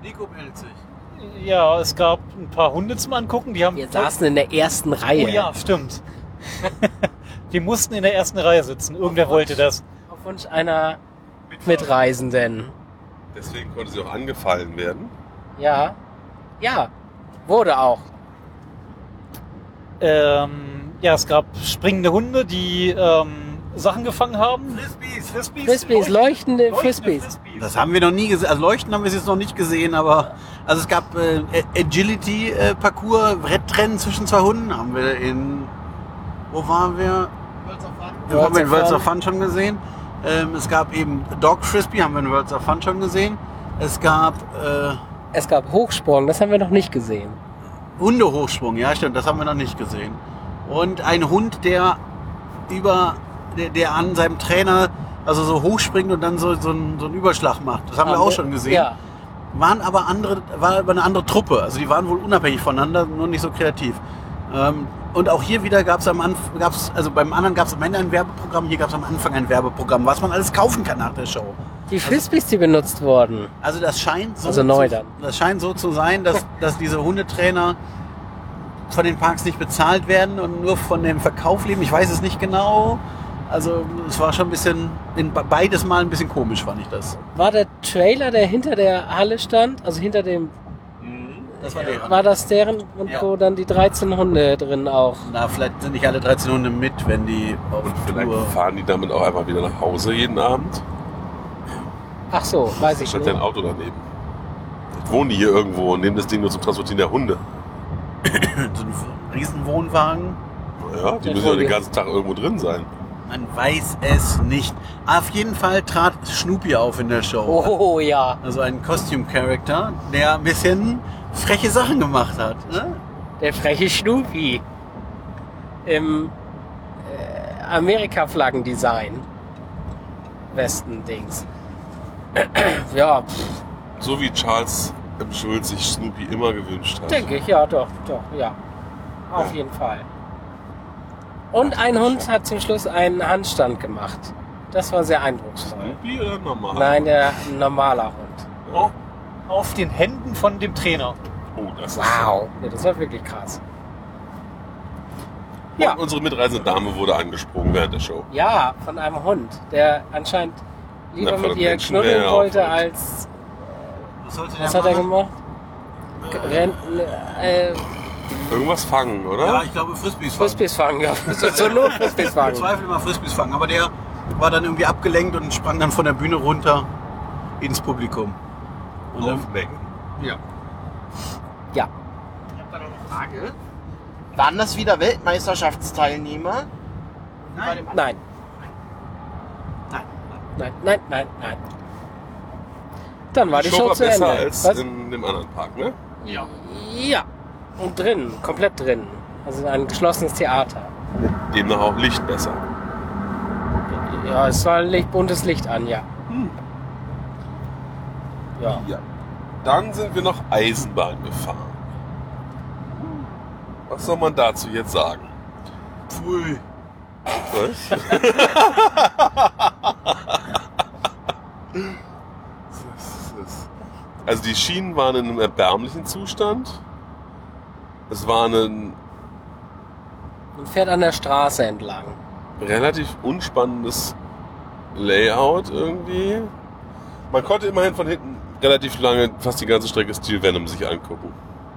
Speaker 4: Nico Pelzig.
Speaker 3: Ja, es gab ein paar Hunde zum Angucken. Die haben
Speaker 2: Wir saßen in der ersten Reihe.
Speaker 3: Oh ja, stimmt. die mussten in der ersten Reihe sitzen.
Speaker 2: Oh
Speaker 3: Irgendwer wollte das.
Speaker 2: Auf Wunsch einer Mitreisenden.
Speaker 1: Deswegen konnte sie auch angefallen werden.
Speaker 2: Ja. Ja. Wurde auch.
Speaker 3: Ähm, ja, es gab springende Hunde, die ähm, Sachen gefangen haben.
Speaker 4: Frisbees.
Speaker 3: Frisbees,
Speaker 2: Frisbees, leuchtende Äh, Frisbees.
Speaker 4: Das haben wir noch nie gesehen. Also leuchten haben wir es jetzt noch nicht gesehen, aber also es gab äh, Agility äh, Parcours, Wettrennen zwischen zwei Hunden haben wir in wo waren wir? Wir haben wir in Worlds of Fun schon gesehen. Ähm, es gab eben Dog Frisbee, haben wir in Worlds of Fun schon gesehen. Es gab äh,
Speaker 2: Es gab Hochsprung, das haben wir noch nicht gesehen.
Speaker 4: Hundehochsprung, ja stimmt, das haben wir noch nicht gesehen. Und ein Hund, der über, der, der an seinem Trainer also so hochspringt und dann so, so, einen, so einen Überschlag macht. Das haben, wir auch schon gesehen.
Speaker 2: Ja.
Speaker 4: Waren aber andere, war aber eine andere Truppe. Also die waren wohl unabhängig voneinander, nur nicht so kreativ. Ähm, und auch hier wieder gab es am Anfang, gab's, also beim anderen gab es am Ende ein Werbeprogramm, hier gab es am Anfang ein Werbeprogramm, was man alles kaufen kann nach der Show.
Speaker 2: Die Frisbees, die benutzt wurden.
Speaker 4: Also das scheint so,
Speaker 2: Also neu
Speaker 4: zu,
Speaker 2: dann.
Speaker 4: das scheint so zu sein, dass, dass diese Hundetrainer von den Parks nicht bezahlt werden und nur von dem Verkauf leben. Ich weiß es nicht genau. Also es war schon ein bisschen, in be- beides Mal ein bisschen komisch fand ich das.
Speaker 2: War der Trailer, der hinter der Halle stand, also hinter dem,
Speaker 4: Das war der.
Speaker 2: war das deren und
Speaker 4: Ja.
Speaker 2: wo dann die 13 Hunde drin auch.
Speaker 4: Na, vielleicht sind nicht alle 13 Hunde mit, wenn die auf
Speaker 1: Und vielleicht
Speaker 4: Tour...
Speaker 1: fahren die damit auch einfach wieder nach Hause jeden Abend.
Speaker 2: Ach so, weiß ich
Speaker 1: Statt dein
Speaker 2: nicht.
Speaker 1: Auto daneben. Jetzt wohnen die hier irgendwo und nehmen das Ding nur zum Transportieren der Hunde.
Speaker 4: So ein Riesenwohnwagen.
Speaker 1: Ja, die müssen ja
Speaker 2: Ja,
Speaker 1: den
Speaker 2: Vogel.
Speaker 1: ganzen Tag irgendwo drin sein.
Speaker 4: Man weiß es nicht. Auf jeden Fall trat Snoopy auf in der Show.
Speaker 2: Oh ja,
Speaker 4: Also ein Costume-Character, der ein bisschen freche Sachen gemacht hat. Ne?
Speaker 2: der freche Snoopy. Im äh, Amerika-Flaggendesign. Westen-Dings. ja, pff,
Speaker 1: So wie Charles M. Schulz sich Snoopy immer gewünscht hat.
Speaker 2: denke ich, ja, doch, doch, ja. Auf jeden Fall. Und ein Hund hat zum Schluss einen Handstand gemacht. Das war sehr eindrucksvoll.
Speaker 1: Snoopy oder normal?
Speaker 2: Nein, der ein normaler Hund.
Speaker 3: Au- Auf den Händen von dem Trainer.
Speaker 1: Oh, das
Speaker 2: Wow. Ja, das war wirklich krass.
Speaker 1: ist.
Speaker 2: Ja.
Speaker 1: Und unsere mitreisende Dame wurde angesprungen während der Show.
Speaker 2: Ja, von einem Hund, der anscheinend
Speaker 1: Na,
Speaker 2: lieber
Speaker 1: von
Speaker 2: mit
Speaker 1: einem
Speaker 2: ihr
Speaker 1: Menschen
Speaker 2: knuddeln
Speaker 1: wäre er
Speaker 2: wollte,
Speaker 1: auch verrückt.
Speaker 2: als.
Speaker 4: Was, sollte
Speaker 2: Was
Speaker 4: der
Speaker 2: hat er
Speaker 4: machen?
Speaker 2: gemacht? G- Renn- äh, äh,
Speaker 1: Irgendwas fangen, oder?
Speaker 4: Ja, ich glaube Frisbees fangen.
Speaker 2: Frisbees fangen, ja. So, so nur Frisbees
Speaker 4: Im
Speaker 2: fangen.
Speaker 4: Zweifel immer Frisbees fangen. Aber der war dann irgendwie abgelenkt und sprang dann von der Bühne runter ins Publikum. Und dann,
Speaker 1: Auflecken.
Speaker 4: ja.
Speaker 2: Ja.
Speaker 5: Ich habe da noch eine Frage. Waren das wieder Weltmeisterschaftsteilnehmer? Bei dem
Speaker 2: Nein,
Speaker 4: Nein.
Speaker 2: nein, nein, nein, nein. Dann war die
Speaker 1: Show
Speaker 2: Show
Speaker 1: war
Speaker 2: zu
Speaker 1: besser
Speaker 2: Ende.
Speaker 1: als
Speaker 2: Was?
Speaker 1: in dem anderen Park, ne?
Speaker 5: Ja.
Speaker 2: Ja. Und drin, komplett drin. Also ein geschlossenes Theater.
Speaker 1: Demnach auch Licht besser.
Speaker 2: Ja, es war Licht, buntes Licht an, ja.
Speaker 1: Hm.
Speaker 2: Ja.
Speaker 1: Ja. Dann sind wir noch Eisenbahn gefahren. Was soll man dazu jetzt sagen?
Speaker 4: Pfui.
Speaker 1: Was? also die Schienen waren in einem erbärmlichen Zustand. Es war ein
Speaker 2: Man fährt an der Straße entlang.
Speaker 1: relativ unspannendes Layout irgendwie. Man konnte immerhin von hinten relativ lange fast die ganze Strecke Steel Venom sich angucken.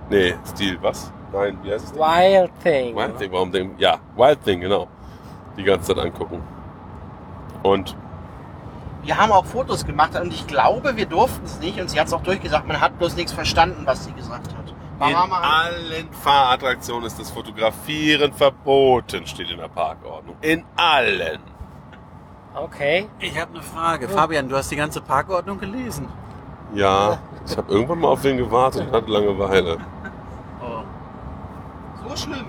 Speaker 1: Nee, Steel was? Nein, wie heißt es? denn?
Speaker 2: Wild Thing.
Speaker 1: Wild Thing, warum denn? Ja, Wild Thing, genau. Die ganze Zeit angucken. Und
Speaker 5: Wir haben auch Fotos gemacht und ich glaube, wir durften es nicht. Und sie hat es auch durchgesagt, man hat bloß nichts verstanden, was sie gesagt hat.
Speaker 1: in
Speaker 5: Bahama,
Speaker 1: allen Fahrattraktionen ist das Fotografieren verboten, steht in der Parkordnung. In allen.
Speaker 2: Okay.
Speaker 4: Ich habe eine Frage. Fabian, du hast die ganze Parkordnung gelesen.
Speaker 1: Ja, ich habe irgendwann mal auf wen gewartet und hatte Langeweile.
Speaker 5: Oh. so schlimm.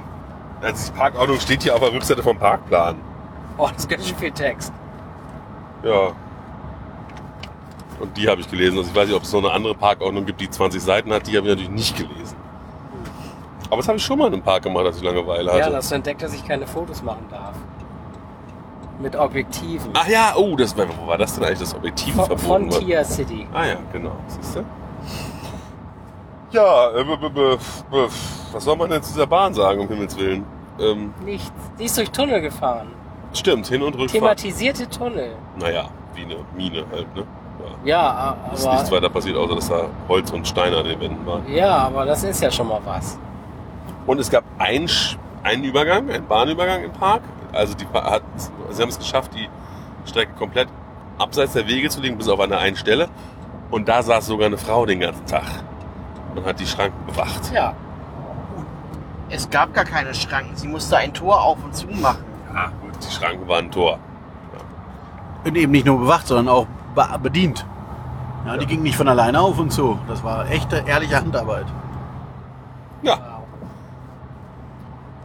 Speaker 1: Also die Parkordnung steht hier auf der Rückseite vom Parkplan.
Speaker 2: Oh, das ist ganz schön viel Text.
Speaker 1: Ja. Und die habe ich gelesen. Also ich weiß nicht, ob es noch eine andere Parkordnung gibt, die 20 Seiten hat. Die habe ich natürlich nicht gelesen. Aber das habe ich schon mal in einem Park gemacht, als ich Langeweile hatte.
Speaker 2: Ja, das entdeckt, dass ich keine Fotos machen darf. Mit Objektiven.
Speaker 1: Ach ja, oh, das war, wo war das denn eigentlich das Objektiv
Speaker 2: von, von
Speaker 1: verboten? war?
Speaker 2: Tier City.
Speaker 1: Ah ja, genau. Siehst du? Ja, äh, b- b- b- b- was soll man denn zu dieser Bahn sagen, um Himmels Willen? Ähm,
Speaker 2: Nichts. Die ist durch Tunnel gefahren.
Speaker 1: stimmt, Hin- und Rückfahrt.
Speaker 2: Thematisierte Tunnel.
Speaker 1: Naja, wie eine Mine halt, ne? Ja.
Speaker 2: Ja, a-
Speaker 1: Ist nichts
Speaker 2: aber.
Speaker 1: weiter passiert, außer dass da Holz und Steine an den Wänden waren.
Speaker 2: Ja, aber das ist ja schon mal was.
Speaker 1: Und es gab einen, Sch- einen Übergang, einen Bahnübergang im Park. Also die, Pa- hat, sie haben es geschafft, die Strecke komplett abseits der Wege zu legen, bis auf an der einen Stelle. Und da saß sogar eine Frau den ganzen Tag und hat die Schranken bewacht.
Speaker 2: Ja.
Speaker 5: Es gab gar keine Schranken. Sie musste ein Tor auf und zu machen.
Speaker 1: Ah, gut, die Schranken waren ein Tor.
Speaker 4: Und eben nicht nur bewacht, sondern auch be- bedient. Ja, Die ging nicht von alleine auf und zu. Das war echte, ehrliche Handarbeit.
Speaker 1: Ja,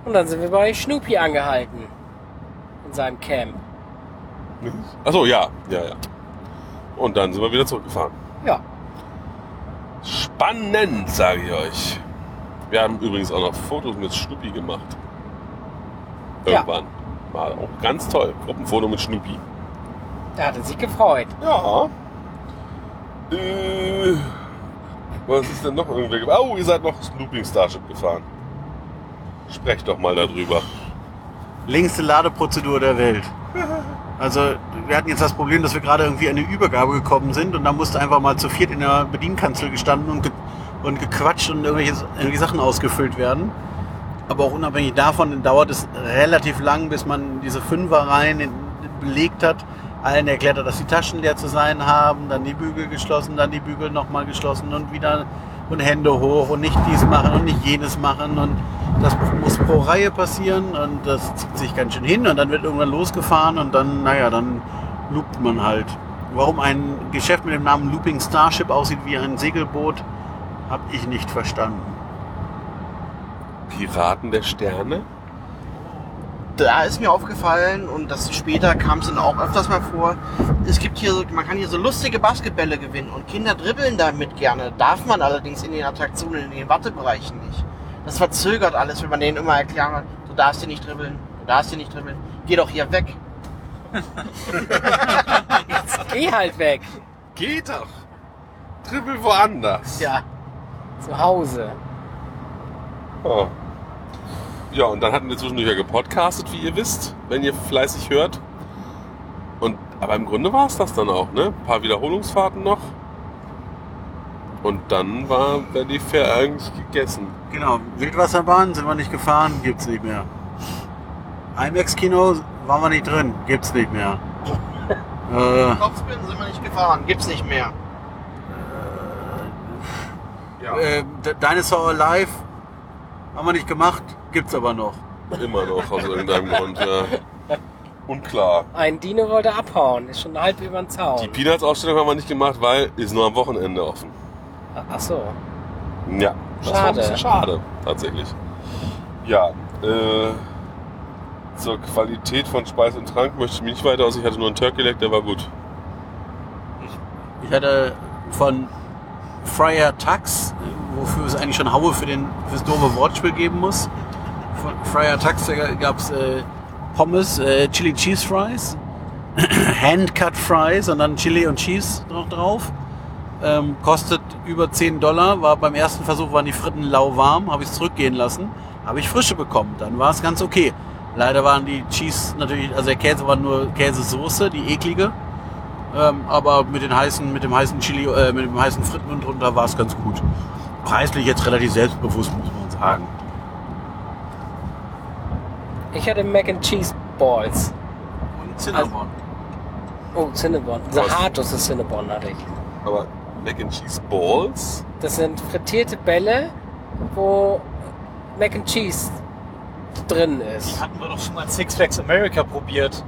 Speaker 2: Und dann sind wir bei Snoopy angehalten. In seinem Camp.
Speaker 1: achso, ja, ja, ja. Und dann sind wir wieder zurückgefahren.
Speaker 2: Ja.
Speaker 1: Spannend, sage ich euch. Wir haben übrigens auch noch Fotos mit Schnuppi gemacht.
Speaker 2: Ja.
Speaker 1: Irgendwann. War auch ganz toll. Gruppenfoto mit Schnuppi.
Speaker 2: Da hat er sich gefreut.
Speaker 1: Ja. Äh, was ist denn noch irgendwelche? Oh, ihr seid noch das Looping Starship gefahren. Sprecht doch mal darüber.
Speaker 4: Längste Ladeprozedur der Welt. Also wir hatten jetzt das Problem, dass wir gerade irgendwie an eine Übergabe gekommen sind und da musste einfach mal zu viert in der Bedienkanzel gestanden und, ge und gequatscht und irgendwelche, irgendwelche Sachen ausgefüllt werden. Aber auch unabhängig davon dauert es relativ lang, bis man diese Fünferreihen in- belegt hat. Allen erklärt hat, dass die Taschen leer zu sein haben, dann die Bügel geschlossen, dann die Bügel nochmal geschlossen und wieder und Hände hoch und nicht dies machen und nicht jenes machen und das muss pro Reihe passieren und das zieht sich ganz schön hin und dann wird irgendwann losgefahren und dann, naja, dann loopt man halt. Warum ein Geschäft mit dem Namen Looping Starship aussieht wie ein Segelboot, habe ich nicht verstanden.
Speaker 1: Piraten der Sterne?
Speaker 5: Da ist mir aufgefallen und das später kam es dann auch öfters mal vor. Es gibt hier so, man kann hier so lustige Basketbälle gewinnen und Kinder dribbeln damit gerne. Darf man allerdings in den Attraktionen, in den Wartebereichen nicht. Das verzögert alles, wenn man denen immer erklärt, du darfst hier nicht dribbeln, du darfst hier nicht dribbeln, geh doch hier weg.
Speaker 2: Geh halt weg.
Speaker 1: Geht doch. Dribbel woanders.
Speaker 5: Ja.
Speaker 2: Zu Hause.
Speaker 1: Ja. Oh. Ja, und dann hatten wir zwischendurch ja gepodcastet, wie ihr wisst, wenn ihr fleißig hört. Und, aber im Grunde war es das dann auch, ne? Ein paar Wiederholungsfahrten noch. Und dann war der die Fair eigentlich gegessen.
Speaker 4: Genau, Wildwasserbahn sind wir nicht gefahren, gibt's nicht mehr. IMAX-Kino waren wir nicht drin, gibt's nicht mehr. äh,
Speaker 5: Kopfspin sind wir nicht gefahren, gibt's nicht mehr.
Speaker 1: Ja.
Speaker 4: äh, D- Dinosaur Alive haben wir nicht gemacht, gibt's aber noch.
Speaker 1: Immer noch aus irgendeinem Grund, ja. Unklar.
Speaker 2: Ein Dino wollte abhauen. Ist schon halb über den
Speaker 1: Die
Speaker 2: Zaun.
Speaker 1: Peanuts-Ausstellung haben wir nicht gemacht, weil ist nur am Wochenende offen.
Speaker 2: Ach so.
Speaker 1: Ja, das war ein
Speaker 2: Schade.
Speaker 1: bisschen schade, tatsächlich. Ja, äh, zur Qualität von Speis und Trank möchte ich mich nicht weiter aus. Ich hatte nur einen Turkey Leg, der war gut.
Speaker 4: Ich hatte von Friar Tux, wofür es eigentlich schon Haue für den, fürs doofe Wortspiel geben muss. Von Friar Tux gab es äh, Pommes, äh, Chili Cheese Fries, Handcut Fries und dann Chili und Cheese noch drauf. Ähm, kostet über 10 Dollar, war beim ersten Versuch waren die Fritten lauwarm, habe ich es zurückgehen lassen, habe ich frische bekommen, dann war es ganz okay. Leider waren die Cheese natürlich, also der Käse war nur Käsesoße, die eklige, ähm, aber mit den heißen, mit dem heißen Chili, äh, mit dem heißen Fritten und drunter war es ganz gut. Preislich jetzt relativ selbstbewusst, muss man sagen.
Speaker 2: Ich hatte Mac and Cheese Balls.
Speaker 5: Und Cinnabon.
Speaker 4: Also,
Speaker 2: Oh, Cinnabon.
Speaker 1: Was?
Speaker 2: Sahatos ist Cinnabon hatte ich.
Speaker 1: Aber Mac and Cheese Balls?
Speaker 2: Das sind frittierte Bälle, wo Mac and Cheese drin
Speaker 3: Die
Speaker 2: ist.
Speaker 3: hatten wir doch schon mal in Six Flags America probiert.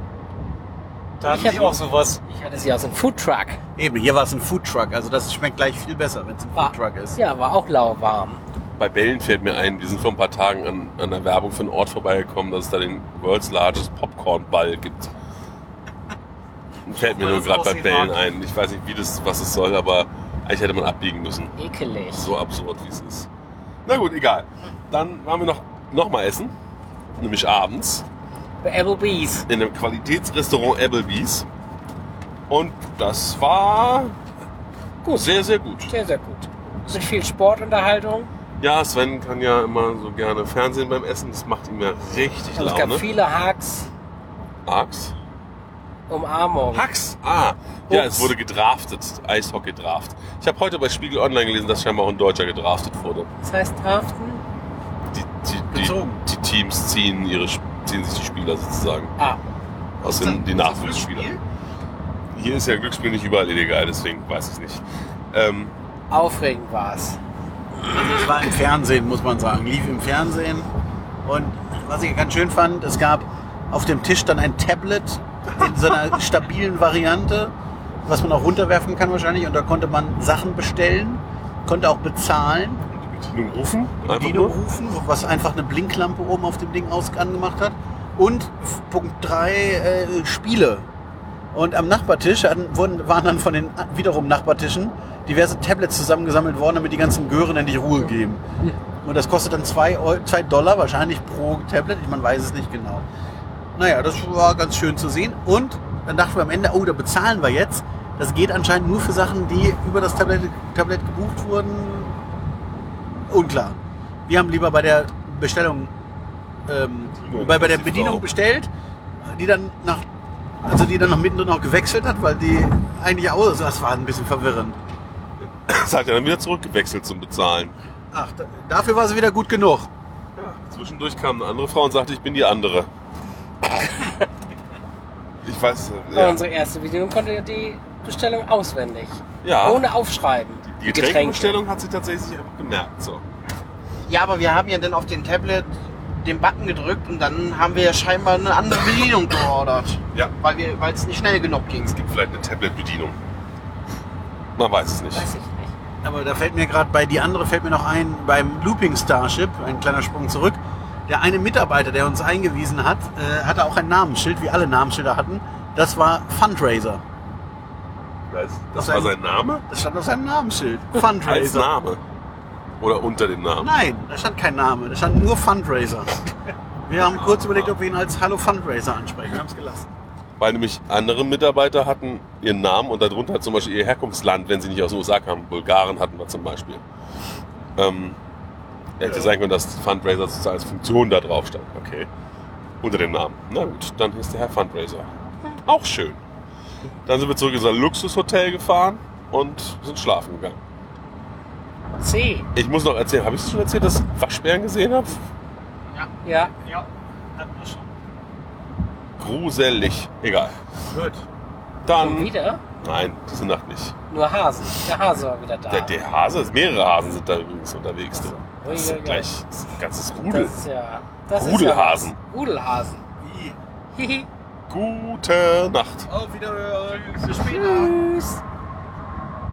Speaker 3: Da hatten
Speaker 2: Ich
Speaker 3: ich
Speaker 2: hab-
Speaker 3: auch sowas.
Speaker 2: Ich hatte sie aus dem Foodtruck.
Speaker 4: Eben, hier war es ein Foodtruck, also das schmeckt gleich viel besser, wenn es ein
Speaker 2: War-
Speaker 4: Foodtruck ist.
Speaker 2: Ja, war auch lauwarm.
Speaker 1: Bei Bällen fällt mir ein, wir sind vor ein paar Tagen an, an der Werbung für einen Ort vorbeigekommen, dass es da den World's Largest Popcorn-Ball gibt. Fällt mir nur
Speaker 3: das
Speaker 1: gerade bei
Speaker 3: aussehen
Speaker 1: Bällen
Speaker 3: mag.
Speaker 1: ein. Ich weiß nicht, wie das, was es soll, aber eigentlich hätte man abbiegen müssen.
Speaker 2: Ekelig.
Speaker 1: So absurd, wie es ist. Na gut, egal. Dann waren wir noch, noch mal essen. Nämlich abends.
Speaker 2: Bei Applebee's.
Speaker 1: in einem Qualitätsrestaurant Applebee's. Und das war
Speaker 2: Gut.
Speaker 1: sehr, sehr gut.
Speaker 2: Sehr, sehr gut. Mit viel Sportunterhaltung.
Speaker 1: Ja, Sven kann ja immer so gerne Fernsehen beim Essen. Das macht ihm ja richtig
Speaker 2: Und Also es gab
Speaker 1: Laune.
Speaker 2: viele Hacks,
Speaker 1: Hacks?
Speaker 2: Umarmung.
Speaker 1: Hacks? Ah, ja,
Speaker 2: Ups.
Speaker 1: es wurde gedraftet. Eishockey-Draft. Ich habe heute bei Spiegel Online gelesen, dass scheinbar auch ein Deutscher gedraftet wurde.
Speaker 2: Das heißt Draften.
Speaker 1: Die, die, die,
Speaker 4: Gezogen.
Speaker 1: die Teams ziehen, ihre, ziehen sich die Spieler sozusagen.
Speaker 2: Ah,
Speaker 1: Das
Speaker 5: Ist das-
Speaker 1: sind die
Speaker 5: ist das
Speaker 1: Nachwuchsspieler.
Speaker 5: Glücksspiel?
Speaker 1: Hier ist ja Glücksspiel nicht überall illegal, deswegen weiß ich es nicht. Ähm,
Speaker 2: aufregend war's.
Speaker 4: Es war im Fernsehen, muss man sagen. Lief im Fernsehen. Und was ich ganz schön fand, es gab auf dem Tisch dann ein Tablet in so einer stabilen Variante, was man auch runterwerfen kann wahrscheinlich. Und da konnte man Sachen bestellen, konnte auch bezahlen,
Speaker 1: Bedienung rufen? Einfach
Speaker 4: Bedienung
Speaker 1: nur?
Speaker 4: rufen, was einfach eine Blinklampe oben auf dem Ding aus angemacht hat. Und Punkt 3, äh, Spiele. Und am Nachbartisch hatten, wurden, waren dann von den wiederum Nachbartischen diverse Tablets zusammengesammelt worden, damit die ganzen Gören endlich Ruhe geben. Und das kostet dann 2 Dollar wahrscheinlich pro Tablet. Ich, man weiß es nicht genau. Naja, das war ganz schön zu sehen. Und dann dachten wir am Ende, oh, da bezahlen wir jetzt. Das geht anscheinend nur für Sachen, die über das Tablet, Tablet gebucht wurden. Unklar. Wir haben lieber bei der Bestellung, ähm,
Speaker 1: Ja,
Speaker 4: bei, bei der
Speaker 1: die
Speaker 4: Bedienung
Speaker 1: Frau.
Speaker 4: bestellt, die dann nach, also die dann noch mittendrin auch gewechselt hat, weil die eigentlich auch, also das war ein bisschen verwirrend.
Speaker 1: Das hat er dann wieder zurückgewechselt zum Bezahlen.
Speaker 4: Ach, da- dafür war sie wieder gut genug.
Speaker 1: Zwischendurch kam eine andere Frau und sagte, ich bin die andere. Ich weiß,
Speaker 2: War
Speaker 1: ja.
Speaker 2: Unsere erste Bedienung konnte die Bestellung auswendig.
Speaker 1: Ja.
Speaker 2: Ohne aufschreiben.
Speaker 1: die Getränkebestellung hat sie tatsächlich einfach gemerkt. So.
Speaker 5: Ja, aber wir haben ja dann auf den Tablet den Button gedrückt und dann haben wir ja scheinbar eine andere Bedienung geordert.
Speaker 1: Ja.
Speaker 5: Weil wir- weil es nicht schnell genug ging.
Speaker 1: Es gibt vielleicht eine Tablet-Bedienung. Man weiß es nicht.
Speaker 2: Weiß ich nicht.
Speaker 4: Aber da fällt mir gerade bei die andere fällt mir noch ein beim Looping Starship, ein kleiner Sprung zurück. Der eine Mitarbeiter, der uns eingewiesen hat, äh, hatte auch ein Namensschild, wie alle Namensschilder hatten. Das war Fundraiser.
Speaker 1: Das,
Speaker 4: Das
Speaker 1: war
Speaker 4: ein-
Speaker 1: sein Name?
Speaker 4: Das stand auf seinem Namensschild.
Speaker 1: Als
Speaker 4: Fundraiser.
Speaker 1: Name. Oder unter dem Namen.
Speaker 4: Nein, da stand kein Name, da stand nur Fundraiser. Wir haben kurz überlegt, ob wir ihn als Hallo Fundraiser ansprechen. Wir haben es gelassen.
Speaker 1: Weil nämlich andere Mitarbeiter hatten ihren Namen und darunter zum Beispiel ihr Herkunftsland, wenn sie nicht aus den USA kamen. Bulgaren hatten wir zum Beispiel. Ähm, hätte sein können, dass Fundraiser sozusagen als Funktion da drauf stand. Okay. Unter dem Namen. Na gut, dann ist der Herr Fundraiser. Auch schön. Dann sind wir zurück in unser Luxushotel gefahren und sind schlafen gegangen.
Speaker 2: C.
Speaker 1: Ich muss noch erzählen, habe ich es schon erzählt, dass ich Waschbären gesehen habe?
Speaker 2: Ja.
Speaker 3: Ja, hatten wir schon.
Speaker 1: Gruselig. Egal.
Speaker 4: Gut.
Speaker 2: Und
Speaker 1: Dann.
Speaker 2: wieder?
Speaker 1: Nein, diese Nacht nicht.
Speaker 2: Nur Hasen. Der Hase war wieder da.
Speaker 1: Der, der Hase ist, mehrere Hasen sind da übrigens unterwegs. Du. Das ist
Speaker 2: Uiuiui.
Speaker 1: gleich das ist ein ganzes Rudel.
Speaker 2: das ist ja. Das
Speaker 1: Rudelhasen.
Speaker 2: Ist ja was. Rudelhasen. Hihi.
Speaker 1: Gute Nacht.
Speaker 4: Auf Wiederhören.
Speaker 2: Tschüss.